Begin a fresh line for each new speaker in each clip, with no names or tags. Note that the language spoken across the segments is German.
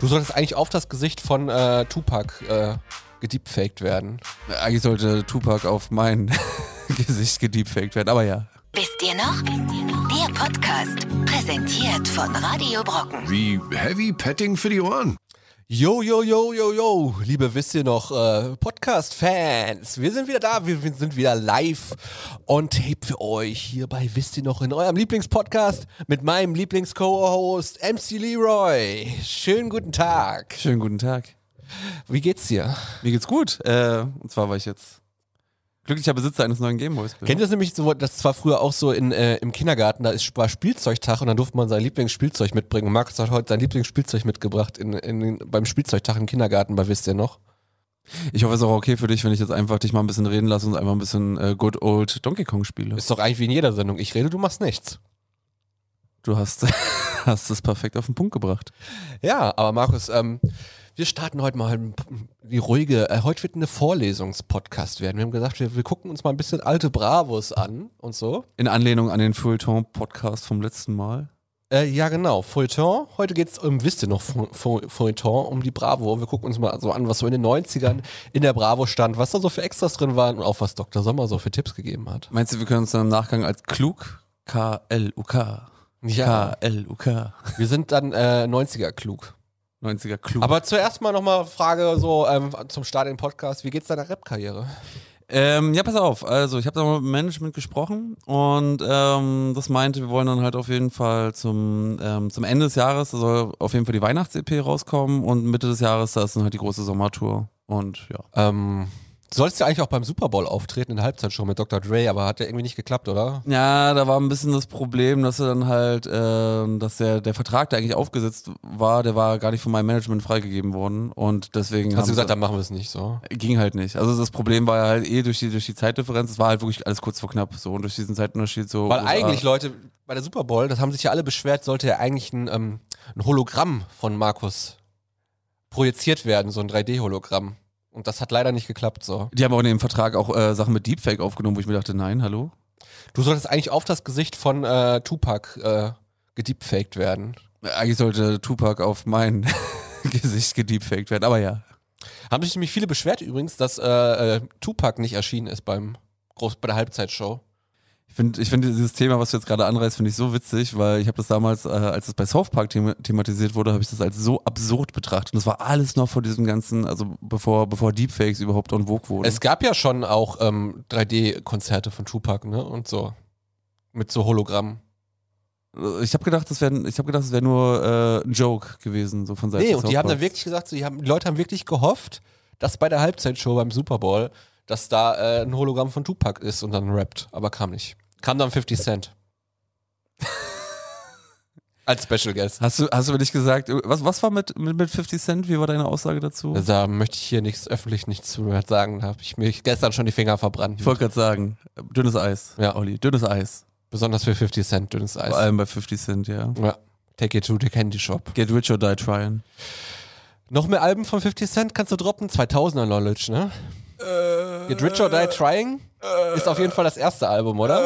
Du solltest eigentlich auf das Gesicht von äh, Tupac äh, gediebfaked werden.
Äh, Eigentlich sollte Tupac auf mein Gesicht gediebfaked werden, aber ja.
Wisst ihr noch? Der Podcast, präsentiert von Radio Brocken.
Wie heavy petting für die Ohren.
Yo, yo, yo, yo, yo, liebe wisst ihr noch, äh, Podcast-Fans, wir sind wieder da, wir wir sind wieder live on tape für euch hier bei Wisst ihr noch in eurem Lieblingspodcast mit meinem Lieblings-Co-Host MC Leroy. Schönen guten Tag.
Schönen guten Tag.
Wie geht's dir?
Mir geht's gut. Äh, und zwar war ich jetzt glücklicher Besitzer eines neuen Gameboys. bin.
Kennt ihr das nämlich so, das war früher auch so in, äh, im Kindergarten, da ist, war Spielzeugtag und dann durfte man sein Lieblingsspielzeug mitbringen. Und Markus hat heute sein Lieblingsspielzeug mitgebracht in, in, den- beim Spielzeugtag im Kindergarten, bei wisst ihr noch?
Ich hoffe, es ist auch okay für dich, wenn ich jetzt einfach dich mal ein bisschen reden lasse und einfach ein bisschen äh, Good Old Donkey Kong spiele.
Ist doch eigentlich wie in jeder Sendung, ich rede, du machst nichts.
Du hast, hast es perfekt auf den Punkt gebracht.
Ja, aber Markus, ähm, wir starten heute mal die ruhige, äh, heute wird eine Vorlesungspodcast werden. Wir haben gesagt, wir, wir gucken uns mal ein bisschen alte Bravos an und so.
In Anlehnung an den Feuilleton-Podcast vom letzten Mal.
Äh, ja, genau. Feuilleton. Heute geht's um, wisst ihr noch, Feu- Feu- Feuilleton, um die Bravo. Wir gucken uns mal so an, was so in den 90ern in der Bravo stand, was da so für Extras drin waren und auch was Dr. Sommer so für Tipps gegeben hat.
Meinst du, wir können uns dann im Nachgang als klug? K-L-U-K.
Ja.
K-L-U-K.
Wir sind dann äh, 90er klug.
90er klug.
Aber zuerst mal nochmal Frage so ähm, zum Start in den Podcast. Wie geht's deiner Rap-Karriere?
Ähm, ja, pass auf. Also, ich habe da mal mit dem Management gesprochen und ähm, das meinte, wir wollen dann halt auf jeden Fall zum, ähm, zum Ende des Jahres, da soll auf jeden Fall die Weihnachts-EP rauskommen und Mitte des Jahres, da ist dann halt die große Sommertour. Und ja.
Ähm, du solltest ja eigentlich auch beim Super Bowl auftreten in der Halbzeitshow mit Dr. Dre, aber hat ja irgendwie nicht geklappt, oder?
Ja, da war ein bisschen das Problem, dass er dann halt, ähm, dass der, der Vertrag, der eigentlich aufgesetzt war, der war gar nicht von meinem Management freigegeben worden und deswegen
Hast
haben
du gesagt,
sie-
dann machen wir es nicht so.
ging halt nicht. Also das Problem war ja halt eh durch die, durch die Zeitdifferenz, es war halt wirklich alles kurz vor knapp so und durch diesen Zeitunterschied so.
Weil
USA.
eigentlich, Leute, bei der Super Bowl, das haben sich ja alle beschwert, sollte ja eigentlich ein, ähm, ein Hologramm von Markus projiziert werden, so ein 3D-Hologramm. Und das hat leider nicht geklappt so.
Die haben auch in dem Vertrag auch äh, Sachen mit Deepfake aufgenommen, wo ich mir dachte, nein, hallo?
Du solltest eigentlich auf das Gesicht von äh, Tupac äh, gediebfaked werden.
Eigentlich sollte Tupac auf mein Gesicht gediebfaked werden, aber ja.
Haben sich nämlich viele beschwert übrigens, dass äh, äh, Tupac nicht erschienen ist beim Groß bei der Halbzeitshow.
Ich finde ich find dieses Thema, was du jetzt gerade anreißt, finde ich so witzig, weil ich habe das damals, äh, als es bei South Park thema thematisiert wurde, habe ich das als so absurd betrachtet. Und das war alles noch vor diesem ganzen, also bevor, bevor Deepfakes überhaupt on vogue wurden.
Es gab ja schon auch ähm, 3D-Konzerte von Tupac, ne? Und so. Mit so Hologrammen.
Äh, ich habe gedacht, das wäre hab gedacht, das wär nur äh, ein Joke gewesen, so von Seiten
Nee,
des
und die
South
haben dann
Parks.
wirklich gesagt, so, die, haben, die Leute haben wirklich gehofft, dass bei der Halbzeitshow beim Super Bowl, dass da äh, ein Hologramm von Tupac ist und dann rappt. Aber kam nicht. Kam dann 50 Cent. Als Special Guest.
Hast du, hast du mir nicht gesagt, äh, was, was war mit, mit, mit 50 Cent? Wie war deine Aussage dazu?
Also, Da möchte ich hier nichts öffentlich nichts zu sagen. Da habe ich mir gestern schon die Finger verbrannt.
Ich wollte gerade sagen, dünnes Eis,
Ja.
Olli, dünnes Eis.
Besonders für 50 Cent, dünnes Eis.
Vor allem bei 50 Cent, ja.
Ja. Take it to the candy shop.
Get rich or die trying.
Noch mehr Alben von 50 Cent kannst du droppen? 2000er Knowledge, ne? Get Rich or Die Trying ist auf jeden Fall das erste Album, oder?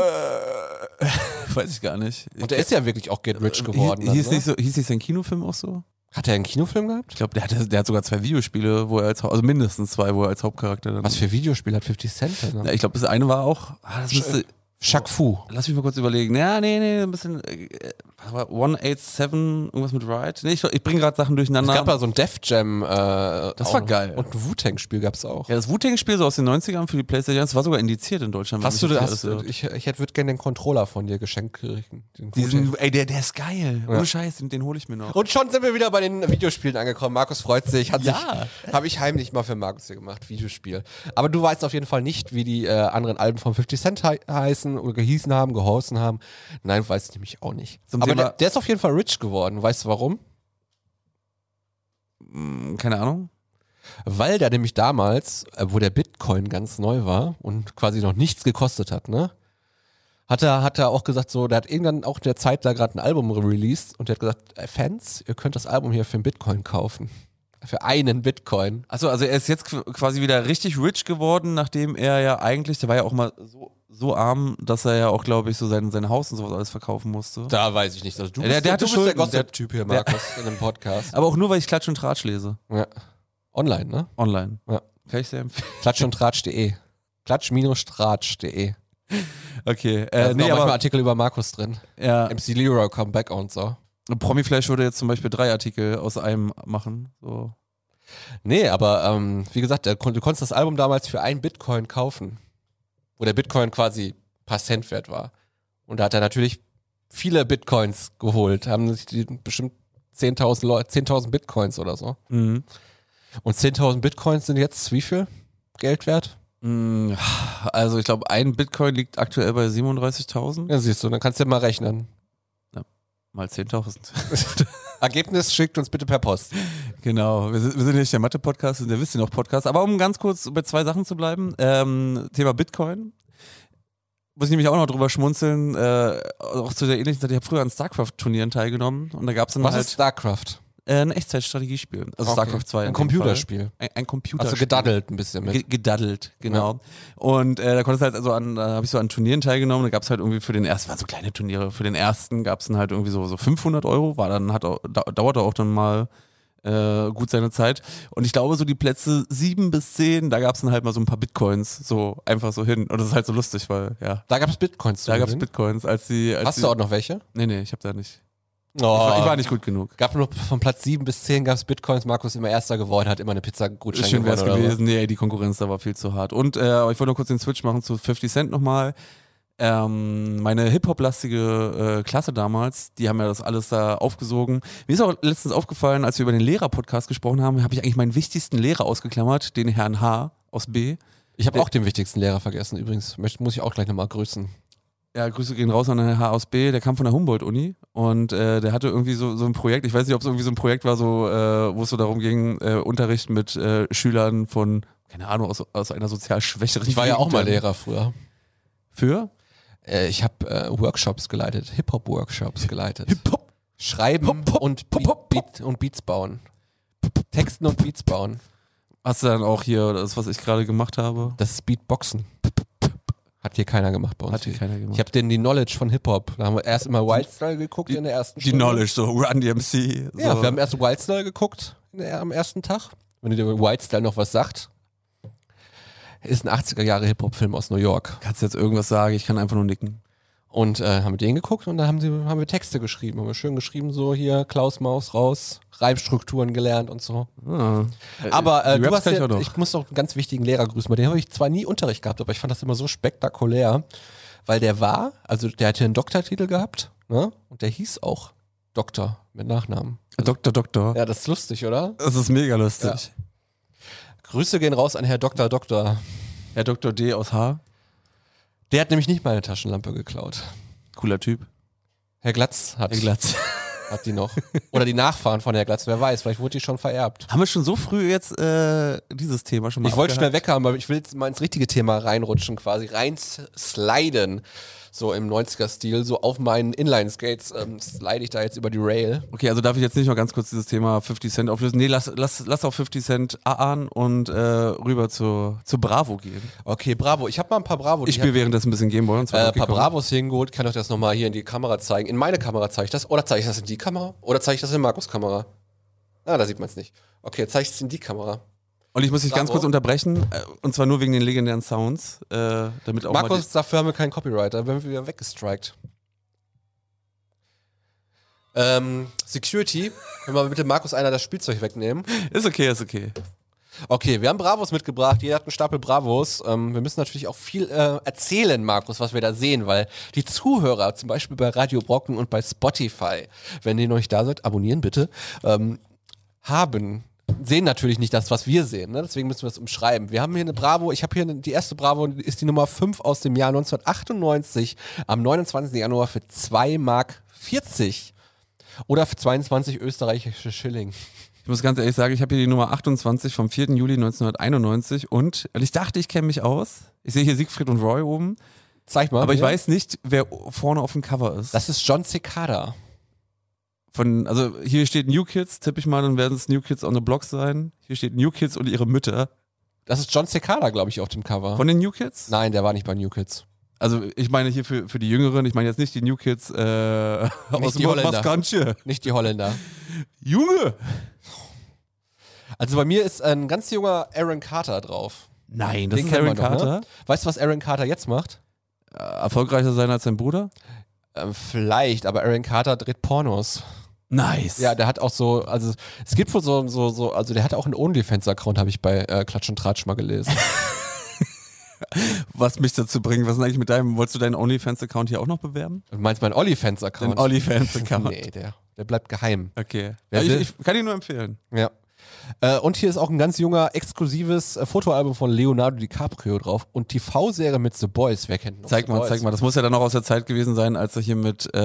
Weiß ich gar nicht.
Und der ist ja wirklich auch Get Rich geworden.
Hieß, hieß,
dann,
Äh,
ne?
nicht so, hieß nicht sein Kinofilm auch so?
Hat er einen Kinofilm gehabt?
Ich glaube, der, hatte- der hat sogar zwei Videospiele, wo er als Hau- also mindestens zwei, wo er als Hauptcharakter dann.
Was für Videospiel hat 50 Cent denn?
Ja,
Ne?
ich glaube, das eine war auch. Ah, das müsste,
Shaq Fu.
lass mich mal kurz überlegen. Ja, nee, nee, ein bisschen. äh, Äh, was war 187, irgendwas mit Ride. Nee, ich, ich bringe gerade Sachen
Es
durcheinander.
gab da so ein Def Jam. Äh,
Das
auch
war
noch.
geil.
Und ein Wu-Tang-Spiel gab es auch.
ja, das Wu-Tang-Spiel so aus den 90ern für die PlayStation, das war sogar indiziert in Deutschland. wenn
Hast
mich
du
nicht
das?
alles
Hast,
irrt.
ich ich hätte- würde gerne den Controller von dir geschenkt kriegen. Den
Diesen,
Wu-Tang.
ey, der, der ist geil.
Ja.
Ohne Scheiß, den, den hole ich mir noch.
Und schon sind wir wieder bei den Videospielen angekommen. Markus freut sich. Hat
Ja.
sich, habe ich heimlich mal für Markus hier gemacht, Videospiel. Aber du weißt auf jeden Fall nicht, wie die äh, anderen Alben von 50 Cent hei heißen oder gehießen haben, gehorsen haben. Nein, weiß ich nämlich auch nicht.
Zum
Aber
Thema-
der, der ist auf jeden Fall rich geworden. Weißt du warum?
Keine Ahnung.
Weil der nämlich damals, äh, wo der Bitcoin ganz neu war und quasi noch nichts gekostet hat, ne? Hat er, hat er auch gesagt, so, der hat irgendwann auch in der Zeit da gerade ein Album released und der hat gesagt, äh, Fans, ihr könnt das Album hier für den Bitcoin kaufen. Für einen Bitcoin.
Achso, also er ist jetzt qu- quasi wieder richtig rich geworden, nachdem er ja eigentlich, der war ja auch mal so, so arm, dass er ja auch, glaube ich, so sein, sein Haus und sowas alles verkaufen musste.
Da weiß ich nicht. Also du
Ja,
bist,
der- der hatte
du bist der
Schulden.
Gossip-Typ hier,
Der-
Markus, in dem Podcast.
Aber auch nur, weil ich Klatsch und Tratsch lese.
Ja. Online, ne?
Online.
Ja.
Kann ich sehr empfehlen.
Klatsch und Tratsch.de. Klatsch-tratsch.de.
Okay.
Da
Äh,
sind
nee,
auch manchmal
aber
Artikel über Markus drin.
ja,
MC Leroy Comeback und so.
Promiflash würde jetzt zum Beispiel drei Artikel aus einem machen. So.
Nee, aber ähm, wie gesagt, der, kon- du konntest das Album damals für einen Bitcoin kaufen, wo der Bitcoin quasi ein paar Cent wert war. Und da hat er natürlich viele Bitcoins geholt, haben sich die bestimmt 10.000 Leu- 10.000 Bitcoins oder so.
Mhm.
Und 10.000 Bitcoins sind jetzt wie viel Geld wert?
Mm, Also ich glaube, ein Bitcoin liegt aktuell bei 37.000
Ja, siehst du, dann kannst du ja mal rechnen.
mal 10.000.
Ergebnis schickt uns bitte per Post.
Genau, wir sind, wir sind nicht der Mathe-Podcast, wir sind der Wisst ihr noch Podcast. Aber um ganz kurz bei zwei Sachen zu bleiben, ähm, Thema Bitcoin. Muss ich nämlich auch noch drüber schmunzeln, äh, auch zu der ähnlichen Zeit, ich habe früher an StarCraft-Turnieren teilgenommen und da gab es dann
Was
halt
ist StarCraft?
äh, ein Echtzeitstrategiespiel. Also
Okay.
StarCraft 2. in
Ein
dem Fall.
Computerspiel.
Ein, ein Computerspiel.
Hast du gedaddelt ein bisschen mit?
Ge- Gedaddelt, genau. Und äh, da konntest du halt also an, da habe ich so an Turnieren teilgenommen. Da gab es halt irgendwie für den ersten, waren so kleine Turniere. Für den ersten gab es dann halt irgendwie so, so 500 Euro. War dann hat auch, da, dauerte auch dann mal äh, gut seine Zeit. Und ich glaube so die Plätze 7 bis 10, da gab es dann halt mal so ein paar Bitcoins so einfach so hin. Und das ist halt so lustig, weil ja,
Da gab es Bitcoins zu
da gab es
gewinnen.
Bitcoins, als die. Als
Hast
die,
du auch noch welche?
Nee, nee, ich habe da nicht.
Oh.
Ich, war, ich war nicht gut genug.
Gab nur von Platz 7 bis 10 gab es Bitcoins. Markus immer erster geworden, hat immer eine Pizza Gutschein
Schön wäre
gewonnen.
es
oder
gewesen. Nee, die Konkurrenz da war viel zu hart. Und äh, aber ich wollte nur kurz den Switch machen zu 50 Cent nochmal. Ähm, meine Hip-Hop-lastige äh, Klasse damals, die haben ja das alles da aufgesogen. Mir ist auch letztens aufgefallen, als wir über den Lehrer-Podcast gesprochen haben, habe ich eigentlich meinen wichtigsten Lehrer ausgeklammert, den Herrn H. aus B.
was. Ich habe auch den wichtigsten Lehrer vergessen übrigens. Möchte, muss ich auch gleich nochmal grüßen.
Ja, Grüße gehen raus an den H aus B, der kam von der Humboldt-Uni und äh, der hatte irgendwie so, so ein Projekt, ich weiß nicht, ob es irgendwie so ein Projekt war, so, äh, wo es so darum ging, äh, Unterricht mit äh, Schülern von, keine Ahnung, aus, aus einer sozial schwächeren
Ich war ja auch
Gegend ähm,
mal
dann.
Lehrer früher.
Für?
Äh, ich habe äh, Workshops geleitet, Hip-Hop-Workshops geleitet.
Hip-Hop.
Schreiben
Hip-Hop,
und,
Hip-Hop,
Beat, Beat und Beats bauen. Texten und Beats bauen.
Hast du dann auch hier das, was ich gerade gemacht habe?
Das ist Beatboxen. Hat hier keiner gemacht bei uns.
Hat hier keiner gemacht.
Ich habe denen die Knowledge von Hip-Hop. Da haben wir erst immer Wildstyle geguckt in der ersten
Die Knowledge, so Run DMC. So.
Ja, wir haben erst Wildstyle geguckt in der, am ersten Tag. Wenn dir Wildstyle noch was sagt, ist ein 80er Jahre Hip-Hop-Film aus New York.
Kannst du jetzt irgendwas sagen? Ich kann einfach nur nicken.
Und äh, haben wir den geguckt und dann haben, sie, haben wir Texte geschrieben. Haben wir schön geschrieben, so hier Klaus Maus raus, Reimstrukturen gelernt und so.
Ah.
Aber äh,
die
du
Raps
hast
kann ich
ja,
auch noch.
ich muss noch einen ganz wichtigen Lehrer grüßen, bei dem habe ich zwar nie Unterricht gehabt, aber ich fand das immer so spektakulär, weil der war, also der hatte einen Doktortitel gehabt, ne? Und der hieß auch Doktor mit Nachnamen.
Doktor, Doktor.
Ja, das ist lustig, oder?
Das ist mega lustig.
Grüße gehen raus an Herr Doktor Doktor.
Herr Doktor D aus H.
Der hat nämlich nicht meine Taschenlampe geklaut.
Cooler Typ.
Herr Glatz hat,
Herr Glatz.
hat die noch. Oder die Nachfahren von Herr Glatz, wer weiß, vielleicht wurde die schon vererbt.
haben wir schon so früh jetzt äh, dieses Thema schon mal
Ich wollte schnell
abgehakt?
weg haben, aber ich will jetzt mal ins richtige Thema reinrutschen, quasi reinsliden. So im 90er-Stil, so auf meinen Inline-Skates ähm, slide ich da jetzt über die Rail.
Okay, also darf ich jetzt nicht noch ganz kurz dieses Thema 50 Cent auflösen? Nee, lass, lass, lass auf 50 Cent an und äh, rüber zu, zu Bravo gehen.
Okay, bravo. Ich habe mal ein paar Bravo. die
Ich spiele währenddessen ein bisschen Gameboy und
ich
zwar
hab, äh, paar Bravos hingeholt, kann euch das nochmal hier in die Kamera zeigen. In meine Kamera zeige ich das. Oder zeige ich das in die Kamera? Oder zeige ich das in Markus' Kamera? Ah, da sieht man es nicht. Okay, zeige ich es in die Kamera.
Und ich muss dich ganz
Bravo.
kurz unterbrechen, äh, und zwar nur wegen den legendären Sounds, äh, damit auch mal
Markus, dafür haben wir keinen Copyright, dann werden wir wieder weggestrikt. Ähm, Security, können wir bitte Markus einer das Spielzeug wegnehmen?
die, Ist okay, ist okay.
Okay, wir haben Bravos mitgebracht, jeder hat einen Stapel Bravos. Ähm, wir müssen natürlich auch viel äh, erzählen, Markus, was wir da sehen, weil die Zuhörer, zum Beispiel bei Radio Brocken und bei Spotify, wenn ihr noch nicht da seid, abonnieren bitte, ähm, haben sehen natürlich nicht das, was wir sehen. Ne? Deswegen müssen wir es umschreiben. Wir haben hier eine Bravo, ich habe hier eine, die erste Bravo, ist die Nummer 5 aus dem Jahr 1998 am 29. Januar für 2,40 Mark oder für 22 österreichische Schilling.
Ich muss ganz ehrlich sagen, ich habe hier die Nummer 28 vom 4. Juli 1991 und, und ich dachte, ich kenne mich aus. Ich sehe hier Siegfried und Roy oben,
Zeig mal.
aber ich
bitte.
weiß nicht, wer o- vorne auf dem Cover ist.
Das ist John Cicada.
Von, also hier steht New Kids, tippe ich mal, dann werden es New Kids on the Block sein. Hier steht New Kids und ihre Mütter.
Das ist John Cicada, glaube ich, auf dem Cover.
Von den New Kids?
Nein, der war nicht bei New Kids.
Also ich meine hier für, für die Jüngeren, ich meine jetzt nicht die New Kids äh, aus
die
dem
Holländer.
Maskantje.
Nicht die Holländer.
Junge!
Also bei mir ist ein ganz junger Aaron Carter drauf.
Nein, das
Den
ist
kennen
Aaron
wir noch,
Carter.
Ne? Weißt du, was Aaron Carter jetzt macht?
Erfolgreicher sein als sein Bruder?
Ähm, vielleicht, aber Aaron Carter dreht Pornos.
Nice.
Ja, der hat auch so, also es gibt wohl so, so, so also der hat auch einen OnlyFans-Account, habe ich bei äh, Klatsch und Tratsch mal gelesen.
Was mich dazu bringt, was ist denn eigentlich mit deinem, wolltest du deinen OnlyFans-Account hier auch noch bewerben?
Du meinst meinen OnlyFans-Account?
Den OnlyFans-Account.
nee, der, der bleibt geheim.
Okay.
Wer
Ja, ich,
will-
ich kann ihn nur empfehlen.
Ja. Äh, und hier ist auch ein ganz junger, exklusives äh, Fotoalbum von Leonardo DiCaprio drauf und TV-Serie mit The Boys. Wer kennt noch
Zeig
The
mal,
Boys?
zeig mal. Das muss ja dann auch aus der Zeit gewesen sein, als er hier mit, äh,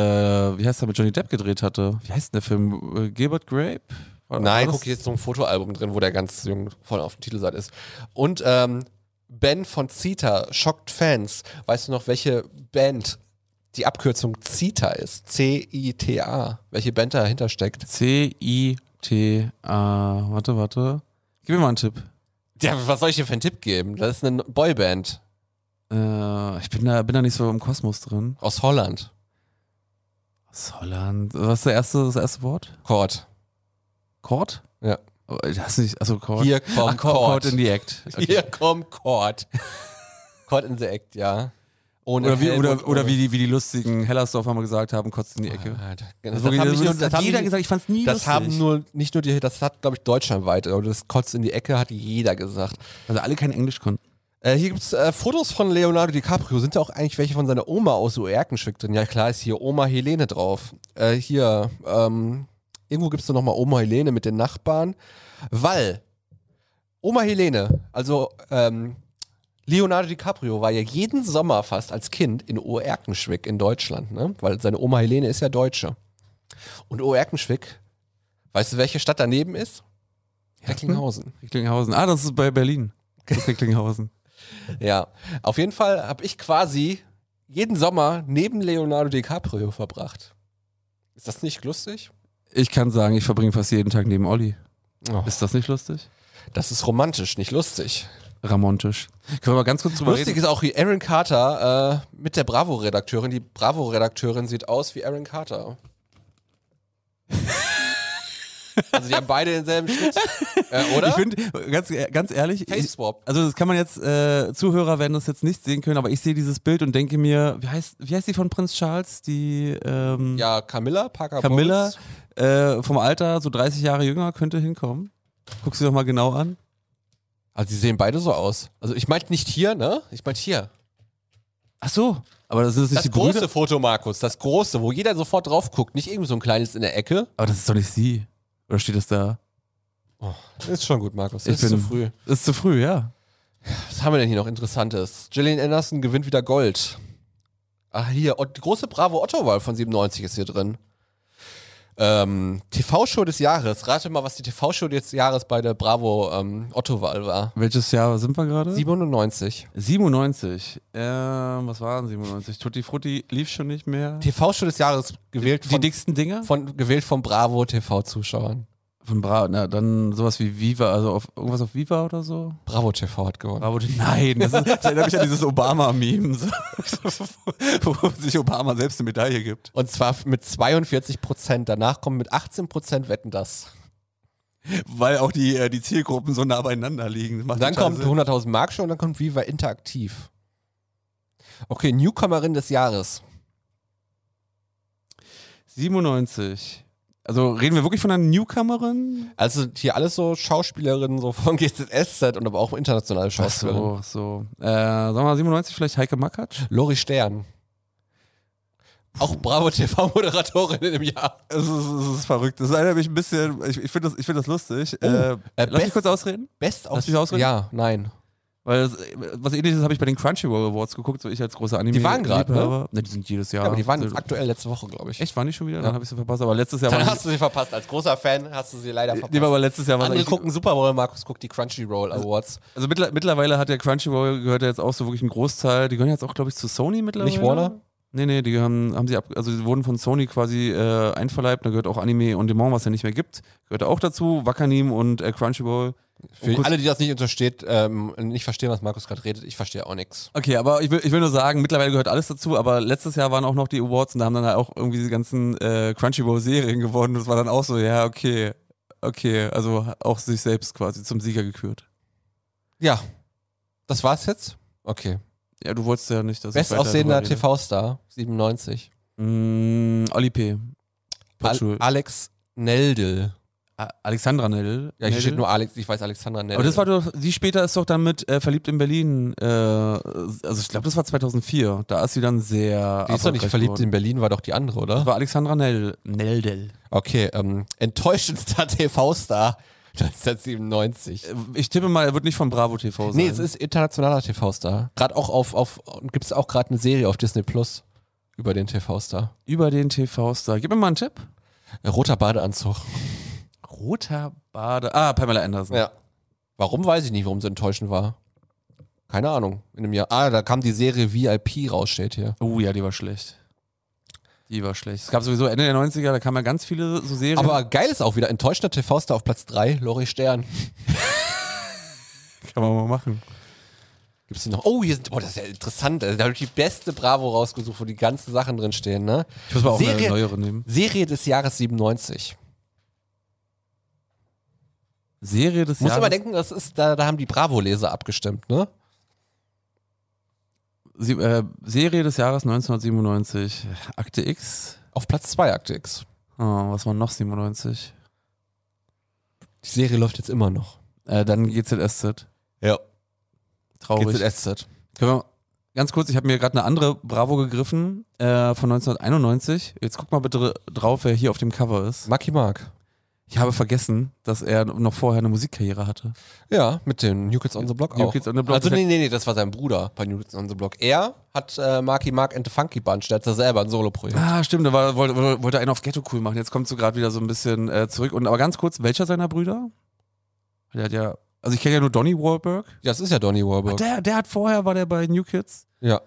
wie heißt er, mit Johnny Depp gedreht hatte. Wie heißt denn der Film? Äh, Gilbert Grape? War- war
Nein,
das-
guck, hier ist so ein Fotoalbum drin, wo der ganz jung voll auf der Titelseite ist. Und ähm, Ben von Zita schockt Fans. Weißt du noch, welche Band die Abkürzung Zita ist? C-I-T-A. Welche Band dahinter steckt?
C-I-T-A. Warte, warte. Gib mir mal einen Tipp.
Ja, was soll ich dir für einen Tipp geben? Das ist eine Boyband
Äh, ich bin da, bin da nicht so im Kosmos drin.
aus Holland.
Aus Holland. Was ist der erste, das erste Wort?
Chord.
Chord?
Ja.
Oh, Das nicht, also Chord.
Hier kommt
Chord. Chord
Chord.
in the Act. Okay.
Hier kommt Chord. Chord in the Act, ja. Ohne
Oder, wie,
Helm
oder,
und
oder
ohne-
wie, die, wie die lustigen Hellersdorfer mal gesagt haben, kotzt in die Ecke.
Ah, Das,
Das
das,
wirklich-
haben,
das-
nicht nur,
das
das
hat
haben
jeder
die-
gesagt, ich fand's nie
Das
lustig.
haben nur, nicht nur die, das hat, glaube ich, deutschlandweit, oder das Kotz in die Ecke hat jeder gesagt.
Also alle kein Englisch konnten.
Äh, hier gibt es äh, Fotos von Leonardo DiCaprio. Sind da auch eigentlich welche von seiner Oma aus Oerkenschwick drin? Ja, klar ist hier Oma Helene drauf. Äh, hier, ähm, irgendwo gibt es nochmal Oma Helene mit den Nachbarn. Weil, Oma Helene, also ähm, Leonardo DiCaprio war ja jeden Sommer fast als Kind in Oerkenschwick in Deutschland, ne? Weil seine Oma Helene ist ja Deutsche. Und Oerkenschwick, weißt du, welche Stadt daneben ist? Recklinghausen.
Recklinghausen. Ah, das ist bei Berlin. Das ist Recklinghausen.
Ja, auf jeden Fall habe ich quasi jeden Sommer neben Leonardo DiCaprio verbracht. Ist das nicht lustig?
Ich kann sagen, ich verbringe fast jeden Tag neben Olli. Ist das nicht lustig?
Das ist romantisch, nicht lustig.
Ramontisch. Können wir mal ganz kurz drüber
Lustig
reden?
ist auch wie Aaron Carter äh, mit der Bravo-Redakteurin. Die Bravo-Redakteurin sieht aus wie Aaron Carter. also die haben beide denselben Schnitt, äh, oder?
Ich finde, ganz, ganz ehrlich,
Face
ich,
Swap.
also das kann man jetzt, äh, Zuhörer werden das jetzt nicht sehen können, aber ich sehe dieses Bild und denke mir, wie heißt, wie heißt die von Prinz Charles? Die ähm,
Ja, Camilla Parker
Camilla,
Bowles.
äh, vom Alter so 30 Jahre jünger, könnte hinkommen. Guck sie doch mal genau an.
Also die sehen beide so aus. Also ich meinte nicht hier, ne? Ich meinte hier.
Ach so, aber das sind das nicht
Das
die
große
Brüder.
Foto, Markus, das große, wo jeder sofort drauf guckt, nicht irgend so ein kleines in der Ecke.
Aber das ist doch nicht sie. Oder steht das da?
Ist schon gut, Markus.
Ich
ist
bin-
zu früh.
Das ist zu früh, ja.
Was haben wir denn hier noch Interessantes? Gillian Anderson gewinnt wieder Gold. Ach, hier, Ott- die große Bravo Otto-Wahl von 97 ist hier drin. Ähm, TV-Show des Jahres. Rate mal, was die TV-Show des Jahres bei der Bravo ähm, Otto-Wahl war.
Welches Jahr sind wir gerade?
97.
97. Ähm, was waren 97? Tutti Frutti lief schon nicht mehr.
TV-Show des Jahres gewählt
die
von,
dicksten Dinger?
von, gewählt von Bravo TV-Zuschauern.
Von Bra, na, dann sowas wie Viva, also auf, irgendwas auf Viva oder so.
Bravo TV hat gewonnen.
Bravo, nein, das, ist, das erinnert mich an dieses Obama-Meme, so, wo, wo sich Obama selbst eine Medaille gibt.
Und zwar mit 42 Prozent. Danach kommen mit 18 Prozent Wetten das.
Weil auch die, äh, die Zielgruppen so nah beieinander liegen. Das macht
Und dann
total
kommt 100.000
Sinn.
Mark Show und dann kommt Viva Interaktiv. Okay, Newcomerin des Jahres.
97. Also reden wir wirklich von einer Newcomerin?
Also hier alles so Schauspielerinnen so von GZSZ und aber auch internationale Schauspielerinnen.
so, so. Äh, sagen wir mal 97, vielleicht Heike Makatsch?
Lori Stern. Auch Bravo TV-Moderatorin in dem Jahr.
Es ist, es ist verrückt. Das erinnert mich ein bisschen. Ich, ich finde das, ich find das lustig.
Oh,
äh,
äh,
lass mich
Best-
kurz ausreden.
Best
Lass mich ausreden?
Ja, nein.
Weil das, äh, was ähnliches habe ich bei den Crunchyroll Awards geguckt, so ich als großer Anime.
Die waren grad,
Liebhaber. ne? Die sind jedes Jahr.
Ja, aber die waren jetzt
Also,
aktuell letzte Woche, glaube ich.
Echt, waren die schon wieder? Dann habe ich sie verpasst. Aber letztes Jahr
Dann
waren
hast du sie verpasst. Als großer Fan hast du sie leider
die,
verpasst.
nee, aber letztes Jahr waren
Andere
eigentlich-
gucken Super Bowl, Markus guckt die Crunchyroll Awards.
Also mittler, mittlerweile hat der Crunchyroll gehört ja jetzt auch so wirklich einen Großteil. Die gehören jetzt auch, glaube ich, zu Sony mittlerweile.
Warner?
Nee, nee, die haben, haben sie ab, also die wurden von Sony quasi äh, einverleibt. Da gehört auch Anime On Demand, was ja nicht mehr gibt. Gehört auch dazu. Wakanim und äh, Crunchyroll.
Für alle, die das nicht untersteht, ähm, nicht verstehen, was Markus gerade redet, ich verstehe auch nichts.
Okay, aber ich will, ich will nur sagen, mittlerweile gehört alles dazu, aber letztes Jahr waren auch noch die Awards und da haben dann halt auch irgendwie die ganzen äh, Crunchyroll-Serien gewonnen. Das war dann auch so, ja, okay, okay, also auch sich selbst quasi zum Sieger gekürt.
Ja. Das war's jetzt? Okay.
Ja, du wolltest ja nicht, dass ich weiter
Bestaussehender
drüber rede.
TV-Star, 97.
Mm, Oli P.
Al
Potschul.
Alex Neldel.
A- Alexandra Nell.
Ja, hier
Nell?
steht nur Alex, ich weiß Alexandra Neldel.
Aber das war doch, die später ist doch dann mit äh, Verliebt in Berlin, äh, also ich glaube, das war 2004. Da ist sie dann sehr.
die ist doch nicht
erfolgreich
verliebt
geworden.
in Berlin, war doch die andere,
Das
oder?
war Alexandra Nell. Neldel.
Okay, ähm, enttäuschendster TV-Star 1997.
Äh, Ich tippe mal, er wird nicht von Bravo TV sein.
Nee, es ist internationaler TV-Star. Gerade auch auf, auf gibt es auch gerade eine Serie auf Disney Plus über den TV-Star.
Über den TV-Star. Gib mir mal einen Tipp.
Roter Badeanzug.
Roter Bade. Ah, Pamela Anderson.
Ja. Warum weiß ich nicht, warum sie enttäuschend war. Keine Ahnung. In einem Jahr. Ah, da kam die Serie VIP raus, steht hier.
Oh ja, die war schlecht. Die war schlecht. Es gab sowieso Ende der 90er, da kamen ja ganz viele so Serien.
Aber geil ist auch wieder. Enttäuschender TV-Star auf Platz 3, Lori Stern.
kann man mal machen.
Gibt's die noch? Oh, hier sind. Boah, das ist ja interessant. Also, da habe ich die beste Bravo rausgesucht, wo die ganzen Sachen drin stehen, ne?
Ich muss mal auch eine
Serie,
neuere nehmen.
Serie des Jahres 97.
Serie des
Muss
Jahres.
aber denken, das ist, da, da haben die Bravo-Leser abgestimmt, ne?
Sie, äh, Serie des Jahres 1997. Akte X.
Auf Platz 2 Akte X.
Oh, was war noch 97?
Die Serie läuft jetzt immer noch.
Äh, dann GZSZ.
Ja.
Traurig.
GZSZ.
Können wir, ganz kurz, ich habe mir gerade eine andere Bravo gegriffen äh, von 1991. Jetzt guck mal bitte drauf, wer hier auf dem Cover ist.
Maki Mark.
Ich habe vergessen, dass er noch vorher eine Musikkarriere hatte.
Ja, mit den New Kids on the Block
New
auch.
Kids on the Block.
Also nee, nee, nee, das war sein Bruder bei New Kids on the Block. Er hat äh, Marky Mark and the Funky Bunch, der hat da selber ein Soloprojekt.
Ah, stimmt, da war, wollte, wollte einen auf Ghetto cool machen. Jetzt kommst du gerade wieder so ein bisschen äh, zurück. Und aber ganz kurz, welcher seiner Brüder? Der hat ja, also ich kenne ja nur Donny Wahlberg.
Das ist ja Donny
Ach,
Wahlberg.
der, der hat vorher, war der bei New Kids.
Ja.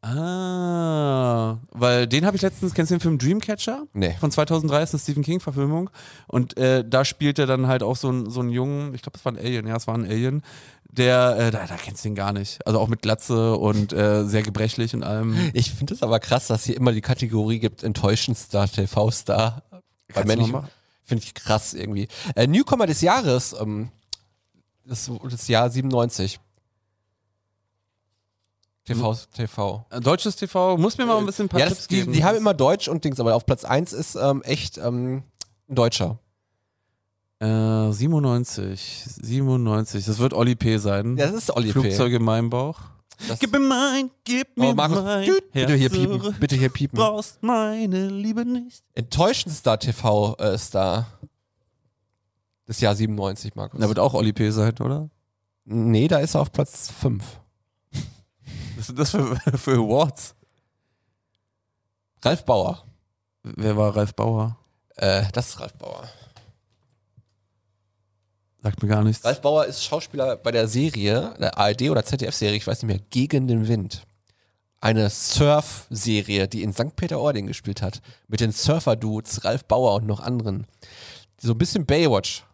Ah, weil den habe ich letztens, kennst du den Film Dreamcatcher?
Nee.
Von 2003 ist eine Stephen King-Verfilmung. Und äh, da spielt er dann halt auch so, einen- so einen jungen, ich glaube, es war ein Alien, ja, es war ein Alien. Der, äh, da, da kennst du ihn gar nicht. Also auch mit Glatze und äh, sehr gebrechlich und allem.
Ich finde es aber krass, dass hier immer die Kategorie gibt, enttäuschendster TV-Star. Bei
Kannst du
männlichen.
mal machen?
Finde ich krass irgendwie. Äh, Newcomer des Jahres, ähm, das, das Jahr 97. TV, TV.
Äh, Deutsches TV, muss mir mal ein bisschen ein paar
Ja,
Tipps
das, die,
geben.
die haben immer Deutsch und Dings, aber auf Platz 1 ist ähm, echt ähm, ein Deutscher.
äh, 97, 97, das wird Oli P. sein.
Ja, das ist Oli P.
Flugzeug in meinem Bauch.
Das-
Gib mir mein, gib mir
Oh, Markus,
mein
tüt, bitte hier
Herz
piepen,
zurück.
bitte hier piepen.
Brauchst meine Liebe nicht.
Enttäuschendster TV-Star des Jahr 97, Markus.
Da wird auch Oli P. sein, oder?
nee, da ist er auf Platz 5.
Was sind das für, für Awards?
Ralf Bauer.
Wer war Ralf Bauer?
Äh, das ist Ralf Bauer.
Sagt mir gar nichts.
Ralf Bauer ist Schauspieler bei der Serie, der ARD oder ZDF-Serie, ich weiß nicht mehr, Gegen den Wind. Eine Surf-Serie, die in St. Peter-Ording gespielt hat. Mit den Surfer-Dudes, Ralf Bauer und noch anderen. So ein bisschen Baywatch.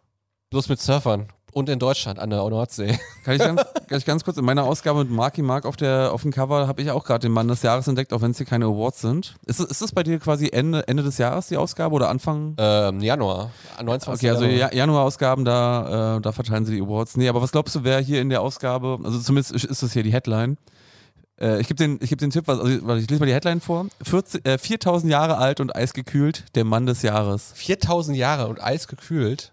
Bloß mit Surfern. Und in Deutschland an der Nordsee.
Kann ich, ganz, kann ich ganz kurz, in meiner Ausgabe mit Marky Mark auf, der, auf dem Cover habe ich auch gerade den Mann des Jahres entdeckt, auch wenn es hier keine Awards sind. Ist, es- ist das bei dir quasi Ende, Ende des Jahres die Ausgabe oder Anfang?
Ähm, Januar. 29.
Okay, also
Januar.
Ja- Januar-Ausgaben, da, äh, da verteilen sie die Awards. Nee, aber was glaubst du, wer hier in der Ausgabe, also zumindest ist ist das hier die Headline. Äh, ich gebe den, ich geb den Tipp, was, also, warte, ich lese mal die Headline vor. 40, äh, 4000 Jahre alt und eisgekühlt, der Mann des Jahres.
4000 Jahre und eisgekühlt.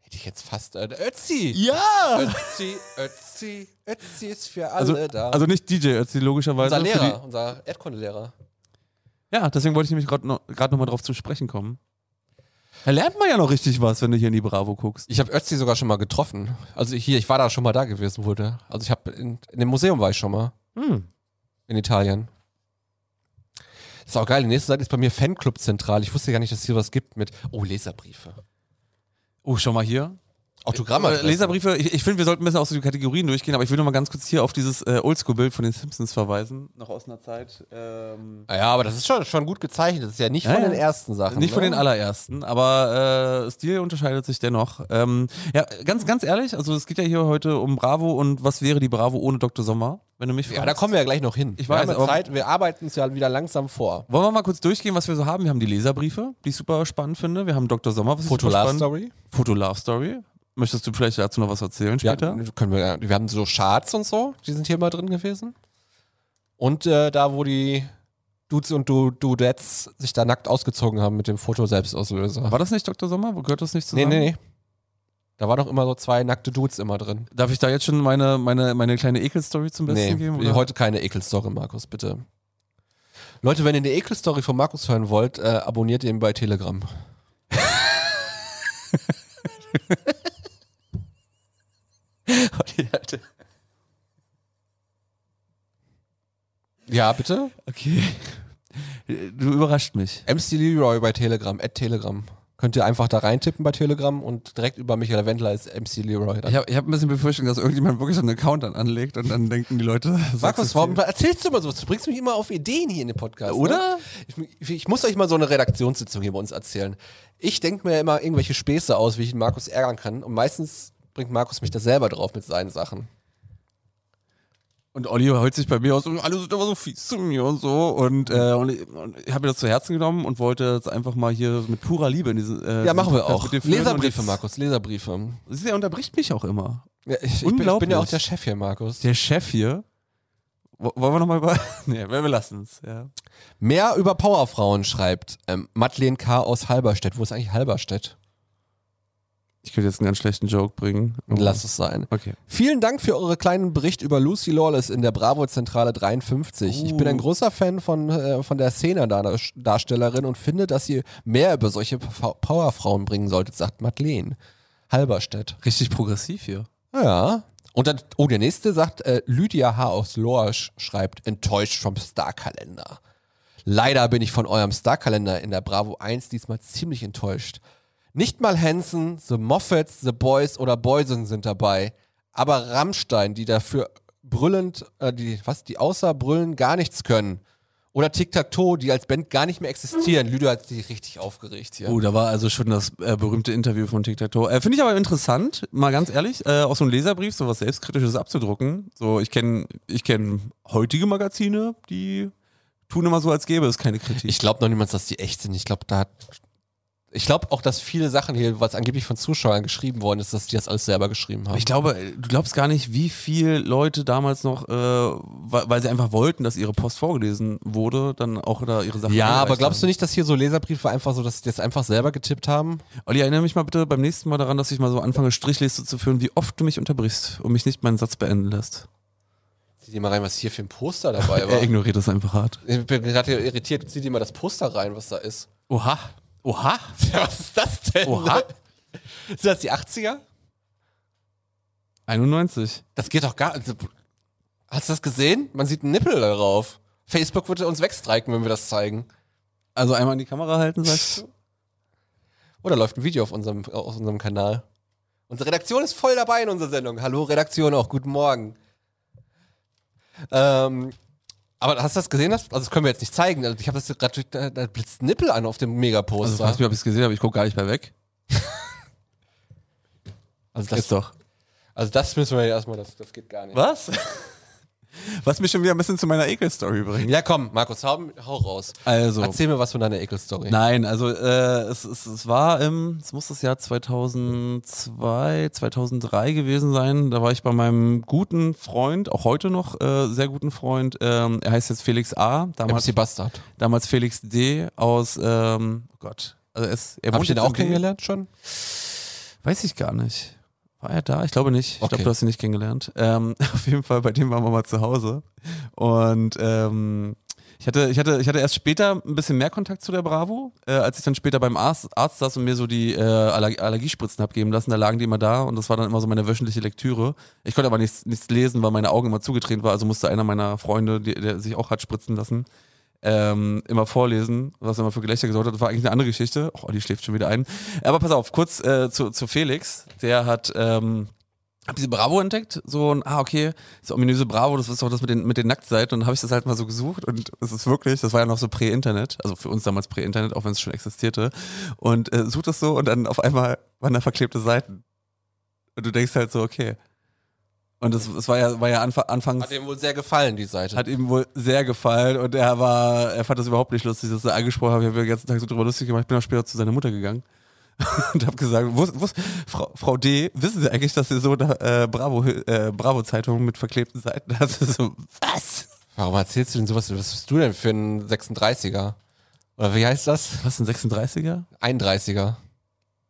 Hätte ich jetzt fast. Äh, Ötzi!
Ja!
Ötzi, Ötzi, Ötzi ist für alle
Also,
da.
also nicht DJ Ötzi, logischerweise.
unser
für die-
Lehrer, unser Erdkundelehrer.
Ja, deswegen wollte ich nämlich gerade noch, grad noch mal drauf zu sprechen kommen. Da lernt man ja noch richtig was, wenn du hier in die Bravo guckst.
Ich habe Ötzi sogar schon mal getroffen. Also hier, ich war da schon mal da gewesen, wurde. Also ich habe in, in dem Museum war ich schon mal.
Hm.
In Italien. Ist auch geil. Die nächste Seite ist bei mir Fanclub zentral. Ich wusste gar nicht, dass es hier was gibt mit. Oh, Leserbriefe.
Oh, schau mal hier.
Autogramme.
Äh, Leserbriefe, ich, ich finde, wir sollten ein bisschen aus den Kategorien durchgehen, aber ich will noch mal ganz kurz hier auf dieses äh, Oldschool-Bild von den Simpsons verweisen, noch aus einer Zeit. Ähm,
Ja, aber das ist schon, schon gut gezeichnet. Das ist ja nicht
Ja,
von
ja.
den ersten Sachen.
nicht von
ne?
den allerersten, aber äh, Stil unterscheidet sich dennoch. Ähm, ja, ganz, ganz ehrlich, also es geht ja hier heute um Bravo und was wäre die Bravo ohne Dr. Sommer, wenn du mich fragst.
Ja, da kommen wir ja gleich noch hin.
Ich
wir
weiß,
haben ja
aber-
Zeit, wir arbeiten uns ja wieder langsam vor.
Wollen wir mal kurz durchgehen, was wir so haben? Wir haben die Leserbriefe, die ich super spannend finde. Wir haben Dr. Sommer, was ich super spannend-
Story?
Foto Love Story. Möchtest du vielleicht dazu noch was erzählen
Ja,
später?
können wir, wir haben so Charts und so, die sind hier mal drin gewesen. Und äh, da, wo die Dudes und Du- Dudettes sich da nackt ausgezogen haben mit dem Foto-Selbstauslöser.
War das nicht Dr. Sommer? Gehört das nicht
Nee,
zusammen?
nee, nee. Da waren doch immer so zwei nackte Dudes immer drin.
Darf ich da jetzt schon meine, meine, meine kleine Ekel-Story zum Besten
Nee,
geben?
nee, heute keine Ekel-Story, Markus, bitte. Leute, wenn ihr die Ekel-Story von Markus hören wollt, äh, abonniert ihn bei Telegram. Ja, bitte?
Okay. Du überrascht mich.
MC Leroy bei Telegram, at Telegram. Könnt ihr einfach da reintippen bei Telegram und direkt über Michael Wendler ist MC Leroy. Dann.
Ich habe ich hab ein bisschen Befürchtung, dass irgendjemand wirklich so einen Account dann anlegt und dann denken die Leute. das
Markus,
existiert.
warum erzählst du immer sowas? Du bringst mich immer auf Ideen hier in den Podcast.
Oder?
Ne? Ich, ich muss euch mal so eine Redaktionssitzung hier bei uns erzählen. Ich denke mir ja immer irgendwelche Späße aus, wie ich den Markus ärgern kann. Und meistens bringt Markus mich da selber drauf mit seinen Sachen.
Und Olli holt sich bei mir aus, und alle sind immer so fies zu mir und so. Und, äh, und ich, und ich habe mir das zu Herzen genommen und wollte jetzt einfach mal hier mit purer Liebe in diesen. Äh,
Ja, machen wir
diesen
auch.
Podcast mit dir führen. Und
Leserbriefe,
jetzt-
Markus, Leserbriefe.
Sie unterbricht mich auch immer.
Ja, ich, ich, bin, ich bin
Unglaublich.
ja auch der Chef hier, Markus.
Der Chef hier. Wo- Wollen wir nochmal über. nee, wir lassen es, ja.
Mehr über Powerfrauen schreibt ähm, Madeleine K. aus Halberstedt. Wo ist eigentlich Halberstedt?
Ich könnte jetzt einen ganz schlechten Joke bringen. aber-
Lass es sein.
Okay.
Vielen Dank für euren kleinen Bericht über Lucy Lawless in der Bravo-Zentrale 53. Ich bin ein großer Fan von, äh, von der Szene-Darstellerin und finde, dass ihr mehr über solche Fa- Powerfrauen bringen solltet, sagt Madeleine. Halberstedt.
Richtig progressiv hier.
Ja. Und dann, oh, der nächste sagt, äh, Lydia H. aus Lorsch schreibt, enttäuscht vom Star-Kalender. Leider bin ich von eurem Star-Kalender in der Bravo 1 diesmal ziemlich enttäuscht. Nicht mal Hanson, The Moffats, The Boys oder Boysen sind dabei. Aber Rammstein, die dafür brüllend, äh, die, was, die außer brüllen gar nichts können. Oder Tic-Tac-Toe, die als Band gar nicht mehr existieren. Lydia hat sich richtig aufgeregt hier.
Oh, da war also schon das äh, berühmte Interview von Tic Tac Toe. Äh, Finde ich aber interessant, mal ganz ehrlich, äh, aus so einem Leserbrief so was Selbstkritisches abzudrucken. So, ich kenne ich kenn heutige Magazine, die tun immer so, als gäbe es keine Kritik.
Ich glaube noch niemals, dass die echt sind. Ich glaube, da hat. Ich glaube auch, dass viele Sachen hier, was angeblich von Zuschauern geschrieben worden ist, dass die das alles selber geschrieben haben.
Ich glaube, du glaubst gar nicht, wie viel Leute damals noch, äh, weil, weil sie einfach wollten, dass ihre Post vorgelesen wurde, dann auch da ihre Sachen
ja, aber glaubst du nicht, dass hier so Leserbriefe einfach so, dass die das einfach selber getippt haben?
nicht? Olli, erinnere mich mal bitte beim nächsten Mal daran, dass ich mal so anfange, Strichliste zu führen, wie oft du mich unterbrichst und mich nicht meinen Satz beenden lässt.
Zieh dir mal rein, was hier für ein Poster dabei
Er
war.
ignoriert das einfach hart.
Ich bin gerade hier irritiert. Zieh dir mal das Poster rein, was da ist.
Oha. Oha.
Was ist das denn?
Oha.
Sind das die 80er?
91.
Das geht doch gar. also, Hast du das gesehen? Man sieht einen Nippel darauf. Facebook würde uns wegstreiken, wenn wir das zeigen.
Also einmal in die Kamera halten, sagst du?
Oder läuft ein Video auf unserem, auf unserem Kanal. Unsere Redaktion ist voll dabei in unserer Sendung. Hallo Redaktion auch, guten Morgen. Ähm, aber hast du das gesehen? Das- Also das können wir jetzt nicht zeigen. Also ich habe das gerade, durch- da, da blitzt ein Nippel an auf dem
Also,
Megaposter.
fast wie ob ich es gesehen habe, ich gucke gar nicht mehr weg.
Also
Ist doch.
also das müssen wir ja erstmal, das, das geht gar nicht.
Was? Was mich schon wieder ein bisschen zu meiner Ekel-Story bringt.
Ja komm, Markus, hau, hau raus.
Also.
Erzähl mir was von deiner Ekelstory.
Nein, also äh, es, es, es war im, es muss das Jahr 2002, 2003 gewesen sein. Da war ich bei meinem guten Freund, auch heute noch äh, sehr guten Freund. Ähm, er heißt jetzt Felix A. Damals,
MC Bastard.
damals Felix D. aus, ähm, oh Gott. Also es, er
Hab
wohnt
ich den
jetzt
auch
in D.
kennengelernt schon?
Weiß ich gar nicht. War er da? Ich glaube nicht. Ich
Okay.
glaube, du hast ihn nicht kennengelernt. Ähm, auf jeden Fall, bei dem waren wir mal zu Hause. Und ähm, ich, hatte, ich, hatte, ich hatte erst später ein bisschen mehr Kontakt zu der Bravo, äh, als ich dann später beim Arzt, Arzt saß und mir so die äh, Aller Allergiespritzen abgeben lassen. Da lagen die immer da und das war dann immer so meine wöchentliche Lektüre. Ich konnte aber nichts, nichts lesen, weil meine Augen immer zugetreten waren. Also musste einer meiner Freunde, die, der sich auch hat spritzen lassen, ähm, immer vorlesen, was immer für Gelächter gesorgt hat. Das war eigentlich eine andere Geschichte. Oh, die schläft schon wieder ein. Aber pass auf, kurz äh, zu, zu Felix. Der hat ähm, hab diese Bravo entdeckt, so und ah, okay, diese ominöse Bravo, das ist doch das mit den, mit den Nacktseiten. Und dann habe ich das halt mal so gesucht und es ist wirklich, das war ja noch so Prä-Internet, also für uns damals Prä-Internet, auch wenn es schon existierte. Und äh, sucht das so und dann auf einmal waren da verklebte Seiten. Und du denkst halt so, okay. Und das, das war ja, war ja anfa- anfangs.
Hat ihm wohl sehr gefallen, die Seite.
Hat ihm wohl sehr gefallen und er war, er fand das überhaupt nicht lustig, dass ich das angesprochen habe. Ich habe den ganzen Tag so drüber lustig gemacht. Ich bin auch später zu seiner Mutter gegangen und habe gesagt, wus, wus, Frau, Frau D, wissen Sie eigentlich, dass Sie so eine äh, Bravo, äh, Bravo-Zeitung mit verklebten Seiten hast? So, was?
Warum erzählst du denn sowas? Was bist du denn für ein 36er? Oder wie heißt das?
Was, ein 36er?
31er.